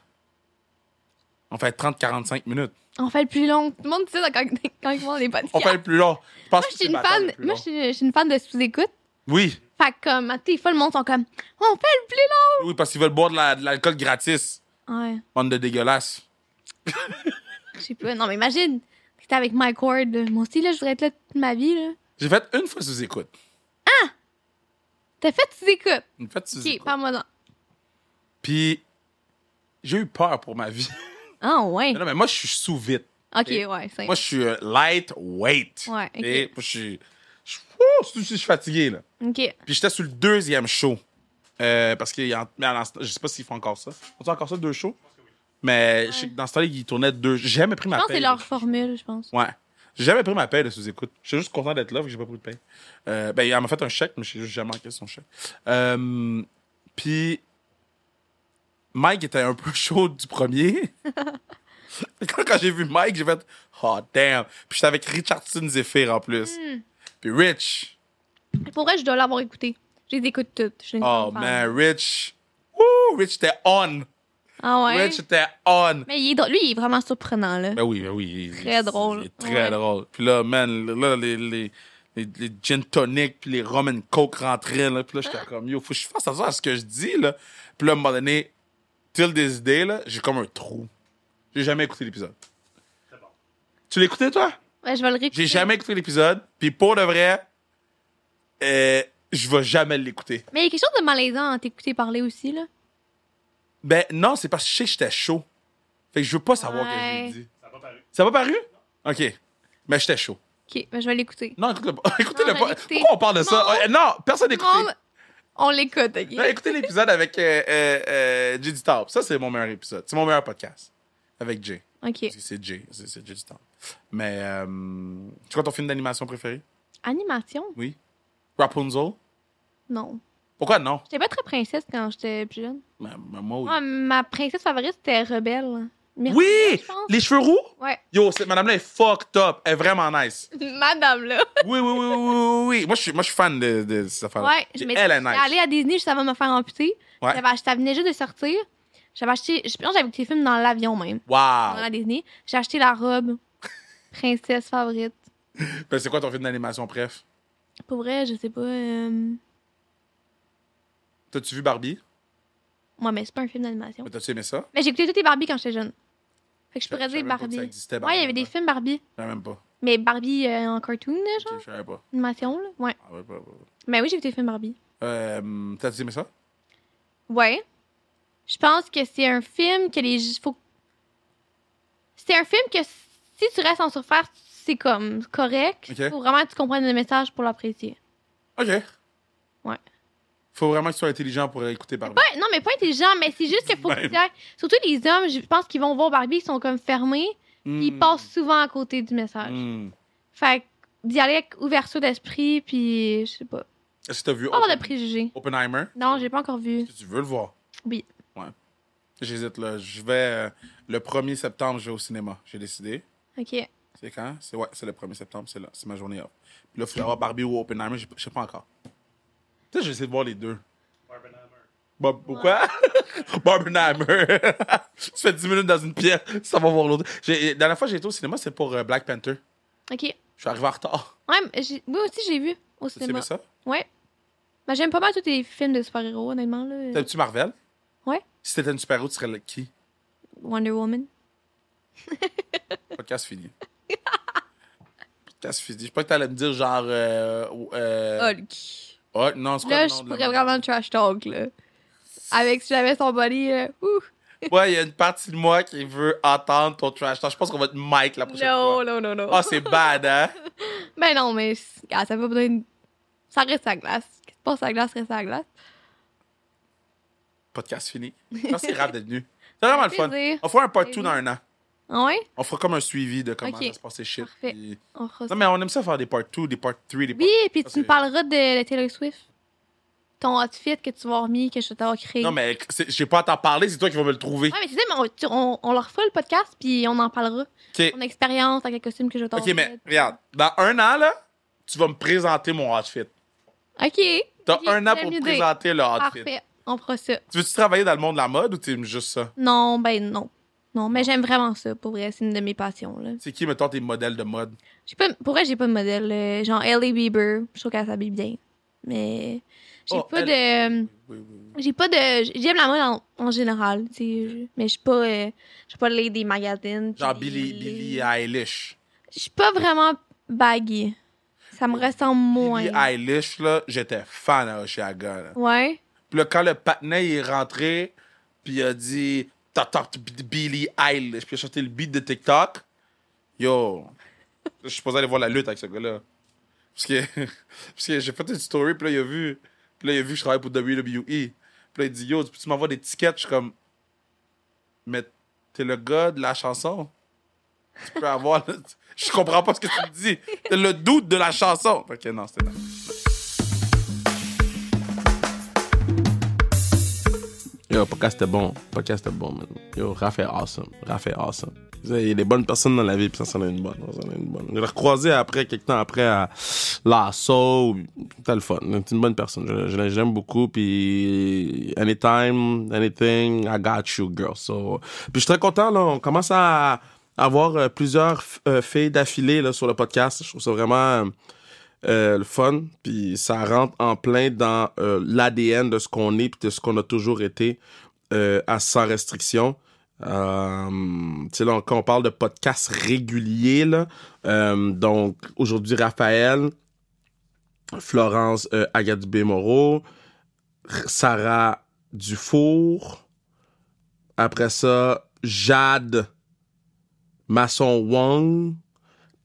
Speaker 2: On fait 30-45 minutes.
Speaker 1: On fait le plus long. Tout le monde dit ça quand, quand ils font des podcasts.
Speaker 2: On fait le plus long. Je pense
Speaker 1: Moi, je
Speaker 2: que
Speaker 1: suis
Speaker 2: c'est
Speaker 1: une
Speaker 2: ma table
Speaker 1: fan.
Speaker 2: le plus
Speaker 1: Moi,
Speaker 2: long.
Speaker 1: je suis- je suis une fan de sous-écoute.
Speaker 2: Oui,
Speaker 1: Fait que, comme, à tes fois, le monde sont comme. On fait le plus
Speaker 2: oui, parce qu'ils veulent boire de la- de l'alcool gratis.
Speaker 1: long! Ouais.
Speaker 2: Bande de dégueulasse.
Speaker 1: Je sais pas. Non, mais imagine. T'étais avec Mike Ward. là. Moi aussi, là, je voudrais être là toute ma vie, là.
Speaker 2: J'ai fait une fois sous écoute.
Speaker 1: T'as fait sous-écoute.
Speaker 2: Une fois sous
Speaker 1: Ok,
Speaker 2: écoute.
Speaker 1: parle-moi dans.
Speaker 2: Puis j'ai eu peur pour ma vie. <laughs>
Speaker 1: Ah, ouais.
Speaker 2: Mais non, mais moi, je suis sous vite.
Speaker 1: Ok, ouais, c'est.
Speaker 2: Moi, je suis euh, lightweight.
Speaker 1: Ouais, ok.
Speaker 2: Et moi, je suis. Je, Ouh, surtout si je suis fatigué, là.
Speaker 1: Ok.
Speaker 2: Puis j'étais sur le deuxième show. Euh, parce que je sais pas s'ils font encore ça. Font-ils encore ça deux shows? Mais je sais que dans ce temps-là, ils tournaient deux. J'ai jamais pris ma
Speaker 1: Je pense que
Speaker 2: paye.
Speaker 1: c'est leur formule, je pense.
Speaker 2: Ouais. J'ai jamais pris ma paye de sous-écoute. Je suis juste content d'être là, vu que j'ai pas pris de paye. Euh, ben, elle m'a fait un chèque, mais j'ai juste jamais encaissé son chèque. Euh, Puis, Mike était un peu <laughs> chaud du premier. quand quand j'ai vu Mike, j'ai fait Oh, damn. Puis j'étais avec Richardson Zephyr en plus. Puis Rich.
Speaker 1: Pour vrai, je dois l'avoir écouté. Je les écoute toutes. Je suis une
Speaker 2: Oh,
Speaker 1: grande fan.
Speaker 2: man, Rich. Woo, Rich était on.
Speaker 1: Ah ouais?
Speaker 2: Rich était on.
Speaker 1: Mais il est drôle. lui, il est vraiment surprenant, là.
Speaker 2: Ben oui, ben oui. il-
Speaker 1: Très
Speaker 2: il-
Speaker 1: drôle.
Speaker 2: il est très
Speaker 1: Ouais.
Speaker 2: drôle. Puis là, man, là, les, les, les, les gin tonic puis les rum and coke rentraient, là. Puis là, j'étais comme, yo, faut que je fasse attention à ce que je dis, là. Puis là, à un moment donné, till this day, là, j'ai comme un trou. J'ai jamais écouté l'épisode.
Speaker 4: C'est bon.
Speaker 2: Tu l'écoutais, toi?
Speaker 1: Ouais, je vais le réécouter.
Speaker 2: J'ai jamais écouté l'épisode. Puis pour de vrai, euh, je vais jamais l'écouter.
Speaker 1: Mais il y a quelque chose de malaisant à t'écouter parler aussi, là.
Speaker 2: Ben non, c'est parce que je sais que j'étais chaud. Fait que je veux pas savoir ce que
Speaker 1: Ouais.
Speaker 2: j'ai dit.
Speaker 4: Ça n'a pas paru.
Speaker 2: Ça va paru? OK. Mais j'étais chaud.
Speaker 1: Ok, ben, je vais l'écouter.
Speaker 2: Non, écoute le pas. <laughs> Écoutez
Speaker 1: Non,
Speaker 2: le
Speaker 1: on
Speaker 2: pas.
Speaker 1: va l'écouter.
Speaker 2: Pourquoi on parle de ça?
Speaker 1: Non.
Speaker 2: Ouais, non, personne n'écoute.
Speaker 1: Non, on l'écoute, ok?
Speaker 2: écoutez l'épisode avec euh, euh, euh, Jay du Top. Ça, c'est mon meilleur épisode. C'est mon meilleur podcast. Avec Jay.
Speaker 1: Ok.
Speaker 2: Parce que C'est Jay. C'est c'est Jay du Top. Mais, euh, tu crois ton film d'animation préféré?
Speaker 1: Animation?
Speaker 2: Oui. Rapunzel?
Speaker 1: Non.
Speaker 2: Pourquoi non?
Speaker 1: J'étais pas très princesse quand j'étais plus jeune.
Speaker 2: Ben, ben, moi, oui.
Speaker 1: Moi, ma princesse favorite, c'était Rebelle. Myrtille,
Speaker 2: oui!
Speaker 1: je pense. <laughs>
Speaker 2: Les cheveux roux?
Speaker 1: Ouais.
Speaker 2: Yo, cette madame-là est fucked up. Elle est vraiment nice.
Speaker 1: Madame, là.
Speaker 2: Oui, oui, oui, oui, oui, oui. Moi, je suis, moi, je suis fan de, de cette affaire-là.
Speaker 1: Ouais, je
Speaker 2: Puis
Speaker 1: m'étais
Speaker 2: Elle est
Speaker 1: j'étais
Speaker 2: nice.
Speaker 1: allée à Disney, ça va me faire amputer.
Speaker 2: Ouais.
Speaker 1: J'avais acheté- ça venait juste de sortir. J'avais acheté, je pense que j'avais écouté les films dans l'avion même, dans
Speaker 2: Wow.
Speaker 1: la Disney. J'ai acheté la
Speaker 2: <laughs>
Speaker 1: robe princesse favorite.
Speaker 2: Ben, c'est quoi ton film d'animation, préf?
Speaker 1: Pour vrai, je sais pas. euh,
Speaker 2: T'as-tu vu Barbie?
Speaker 1: Moi, mais c'est pas un film d'animation.
Speaker 2: Mais T'as-tu aimé ça?
Speaker 1: Mais j'ai écouté toutes les Barbie quand j'étais jeune. Fait que je
Speaker 2: Je
Speaker 1: pourrais
Speaker 2: savais
Speaker 1: dire
Speaker 2: pas que ça
Speaker 1: Barbie.
Speaker 2: existait,
Speaker 1: Ouais, il y avait des
Speaker 2: ouais.
Speaker 1: films Barbie.
Speaker 2: Je savais même pas.
Speaker 1: Mais Barbie euh, en cartoon, là, genre,
Speaker 2: Ok, Je savais pas.
Speaker 1: animation, là. Ouais.
Speaker 2: Ah, ouais, ouais, ouais.
Speaker 1: Mais oui, j'ai écouté les films Barbie.
Speaker 2: Euh, T'as-tu aimé ça?
Speaker 1: Ouais. Je pense que c'est un film que les. Faut... C'est un film que si tu restes en surface, c'est comme correct.
Speaker 2: Ok.
Speaker 1: Faut vraiment que tu comprennes le message pour l'apprécier.
Speaker 2: Ok.
Speaker 1: Ouais.
Speaker 2: Faut vraiment que tu sois intelligent pour écouter Barbie.
Speaker 1: Ouais, non, mais pas intelligent, mais c'est juste qu'il faut que
Speaker 2: Même.
Speaker 1: tu ailles- Surtout les hommes, je pense qu'ils vont voir Barbie, ils sont comme fermés, puis ils
Speaker 2: Hmm.
Speaker 1: passent souvent à côté du message.
Speaker 2: Hmm.
Speaker 1: Fait que d'y aller avec ouverture d'esprit, puis je sais pas.
Speaker 2: Est-ce que t'as vu
Speaker 1: Pas avoir
Speaker 2: Oppen-
Speaker 1: de préjugés.
Speaker 2: Oppenheimer?
Speaker 1: Non, j'ai pas encore vu.
Speaker 2: Est-ce que tu veux le voir?
Speaker 1: Oui.
Speaker 2: Ouais. J'hésite, là. Je vais... euh, le 1er septembre, je vais au cinéma. J'ai décidé.
Speaker 1: Ok.
Speaker 2: C'est quand? C'est ouais, c'est le 1er septembre. C'est là. C'est ma journée off. Puis là, faut avoir Barbie ou Oppenheimer. j'ai- Je sais pas encore. Peut-être que j'essaie de voir les deux.
Speaker 4: Barbenheimer.
Speaker 2: Bob, quoi? <laughs> Barbenheimer. tu fais 10 minutes dans une pièce, ça va voir l'autre. J'ai- La dernière fois que j'ai été au cinéma, c'est pour euh, Black Panther.
Speaker 1: Ok.
Speaker 2: Je suis arrivé en retard.
Speaker 1: Ouais, mais j'ai- moi aussi, j'ai vu au
Speaker 2: Tu aimé
Speaker 1: cinéma.
Speaker 2: ça?
Speaker 1: Ouais. Ben, j'aime pas mal tous les films de super-héros, honnêtement. Là.
Speaker 2: T'aimes-tu Marvel?
Speaker 1: Ouais.
Speaker 2: Si t'étais une super-héros, tu serais le- qui?
Speaker 1: Wonder Woman. <laughs>
Speaker 2: Podcast fini. Podcast fini. Je sais pas que t'allais me dire genre. Euh, euh,
Speaker 1: Hulk.
Speaker 2: oh, non, c'est quoi
Speaker 1: Là,
Speaker 2: le
Speaker 1: je
Speaker 2: nom de la
Speaker 1: pourrais
Speaker 2: madame?
Speaker 1: vraiment le trash talk, là. Avec si j'avais son body, euh, ouh.
Speaker 2: Ouais, il y a une partie de moi qui veut entendre ton trash talk. Je pense qu'on va te mic la prochaine
Speaker 1: Non,
Speaker 2: fois.
Speaker 1: non, non, non.
Speaker 2: Ah, c'est bad, hein?
Speaker 1: Ben non, mais c'est- ah, ça va besoin de... Ça reste à glace. Ce qui se passe à glace reste à glace.
Speaker 2: Podcast fini. Merci, Raph, d'être venu. C'est vraiment le fun.
Speaker 1: plaisir.
Speaker 2: On fera un part
Speaker 1: Plaisir.
Speaker 2: 2 dans un an.
Speaker 1: Ah ouais?
Speaker 2: On fera comme un suivi de comment
Speaker 1: Ok.
Speaker 2: ça se passe ces shit.
Speaker 1: Parfait.
Speaker 2: puis-
Speaker 1: On fera ça.
Speaker 2: Non, mais on aime ça faire des part 2, des part 3, des part...
Speaker 1: Oui, puis
Speaker 2: Ça,
Speaker 1: tu me
Speaker 2: c'est-
Speaker 1: parleras de, de Taylor Swift. Ton outfit que tu vas remis, que je vais t'avoir créé.
Speaker 2: Non, mais c'est- j'ai pas à t'en parler, c'est toi qui vas me le trouver.
Speaker 1: Ouais, mais tu sais, mais on, tu- on, on leur fera le podcast, puis on en parlera.
Speaker 2: OK,
Speaker 1: Mon expérience avec les costumes que je vais
Speaker 2: OK,
Speaker 1: t'avoir
Speaker 2: mais regarde, dans un an, là, tu vas me présenter mon outfit.
Speaker 1: OK.
Speaker 2: T'as
Speaker 1: Ok,
Speaker 2: un an
Speaker 1: j'aime
Speaker 2: pour me
Speaker 1: l'idée.
Speaker 2: présenter le outfit.
Speaker 1: Parfait. On fera ça.
Speaker 2: Tu veux-tu travailler dans le monde de la mode ou t'aimes juste ça?
Speaker 1: Non, ben non. Non, mais j'aime vraiment ça, pour vrai. C'est une de mes passions, là.
Speaker 2: C'est qui, mettons, tes modèles de mode?
Speaker 1: J'ai pas, pour vrai, j'ai pas de modèle. euh, genre, Ellie Bieber, je trouve qu'elle s'habille bien. Mais j'ai
Speaker 2: Oh,
Speaker 1: pas de... euh,
Speaker 2: Oui, oui, oui.
Speaker 1: J'ai pas de... J'aime la mode en, en général, tu sais. je- Mais je suis pas... euh, je suis pas les des magazines. puis
Speaker 2: Genre
Speaker 1: des-
Speaker 2: Billie, Billie Eilish.
Speaker 1: Je suis pas vraiment baggy. Ça me ressemble moins.
Speaker 2: Oh. Billie Eilish, là, j'étais fan à Oshiaga, là.
Speaker 1: Ouais.
Speaker 2: Puis là, quand le patinet il est rentré, puis il a dit ta ta- ta- Billy Eilish, puis il a sorti le beat de TikTok, yo, je suis supposé aller voir la lutte avec ce gars-là. Parce que, <laughs> parce que j'ai fait une story, puis là, il a vu, puis là, il a vu que je travaille pour WWE. Puis là, il dit, yo, tu peux-tu m'envoies des tickets? Je suis comme, mais t'es le gars de la chanson. Tu peux avoir. le- <laughs> Je comprends pas ce que tu me dis. T'es le doute de la chanson. Ok, non, c'était là.
Speaker 5: Yo, podcast c'était bon. Podcast c'était bon, man. Yo, Raph est awesome. Raph est awesome. Tu sais, Il y a des bonnes personnes dans la vie, puis ça, c'en est une bonne. Ça, c'en est une bonne. Je l'ai recroisé après, quelques temps après, à l'assaut. T'as le fun. C'est une bonne personne. Je, je- je l'aime beaucoup, puis
Speaker 2: anytime, anything, I got you, girl. So, puis je suis très content, là. On commence à avoir euh, plusieurs f- euh, filles d'affilée, là, sur le podcast. Je trouve ça vraiment euh, euh, le fun. Puis ça rentre en plein dans euh, l'ADN de ce qu'on est puis de ce qu'on a toujours été euh, à Sans Restriction. Euh, tu sais, là, quand on parle de podcast régulier, là, euh, donc aujourd'hui, Raphaël, Florence euh, Agathe B. Moreau, R- Sarah Dufour, après ça, Jade Masson Wong,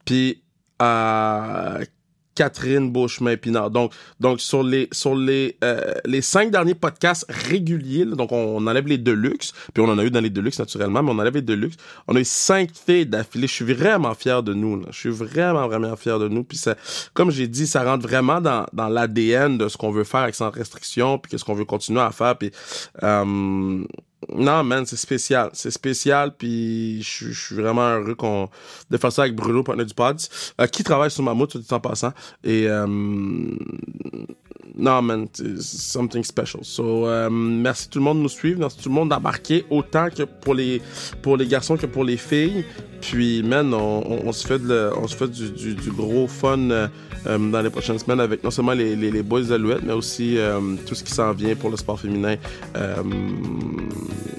Speaker 2: puis euh, Catherine Beauchemin Pinard. Donc, donc sur les sur les euh, les cinq derniers podcasts réguliers, là, donc on, on enlève les deluxe, puis on en a eu dans les deluxe naturellement, mais on enlève les deluxe. On a eu cinq filles d'affilée. Je suis vraiment fier de nous. là. Je suis vraiment vraiment fier de nous. Puis ça, comme j'ai dit, ça rentre vraiment dans dans l'ADN de ce qu'on veut faire avec sans restriction, puis qu'est-ce qu'on veut continuer à faire. Puis euh, non, man, c'est spécial. C'est spécial, puis je suis- je suis vraiment heureux qu'on de faire ça avec Bruno, partenaire du pod, euh, qui travaille sur ma moto, tout en passant. Et euh, non, man, it's something special. So, euh, merci tout le monde de nous suivre, merci tout le monde d'embarquer, autant que pour les, pour les garçons que pour les filles. Puis, man, on, on- on se fait, de le- on se fait du, du- du gros fun euh, euh, dans les prochaines semaines avec non seulement les, les, les boys de l'Ouette, mais aussi euh, tout ce qui s'en vient pour le sport féminin. Euh,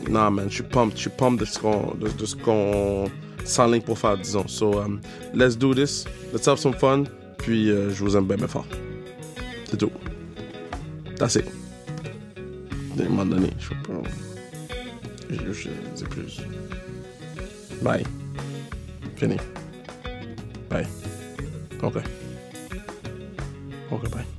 Speaker 2: non, man, je suis pumped, je suis pumped de ce qu'on. De, de ce qu'on s'enligne pour faire, disons. So, um, let's do this. Let's have some fun. Puis, euh, je vous aime bien, mais fort. C'est tout. That's it. À un moment donné, je sais pas. Je, je dis plus. Bye. Fini. Bye. OK. OK, bye.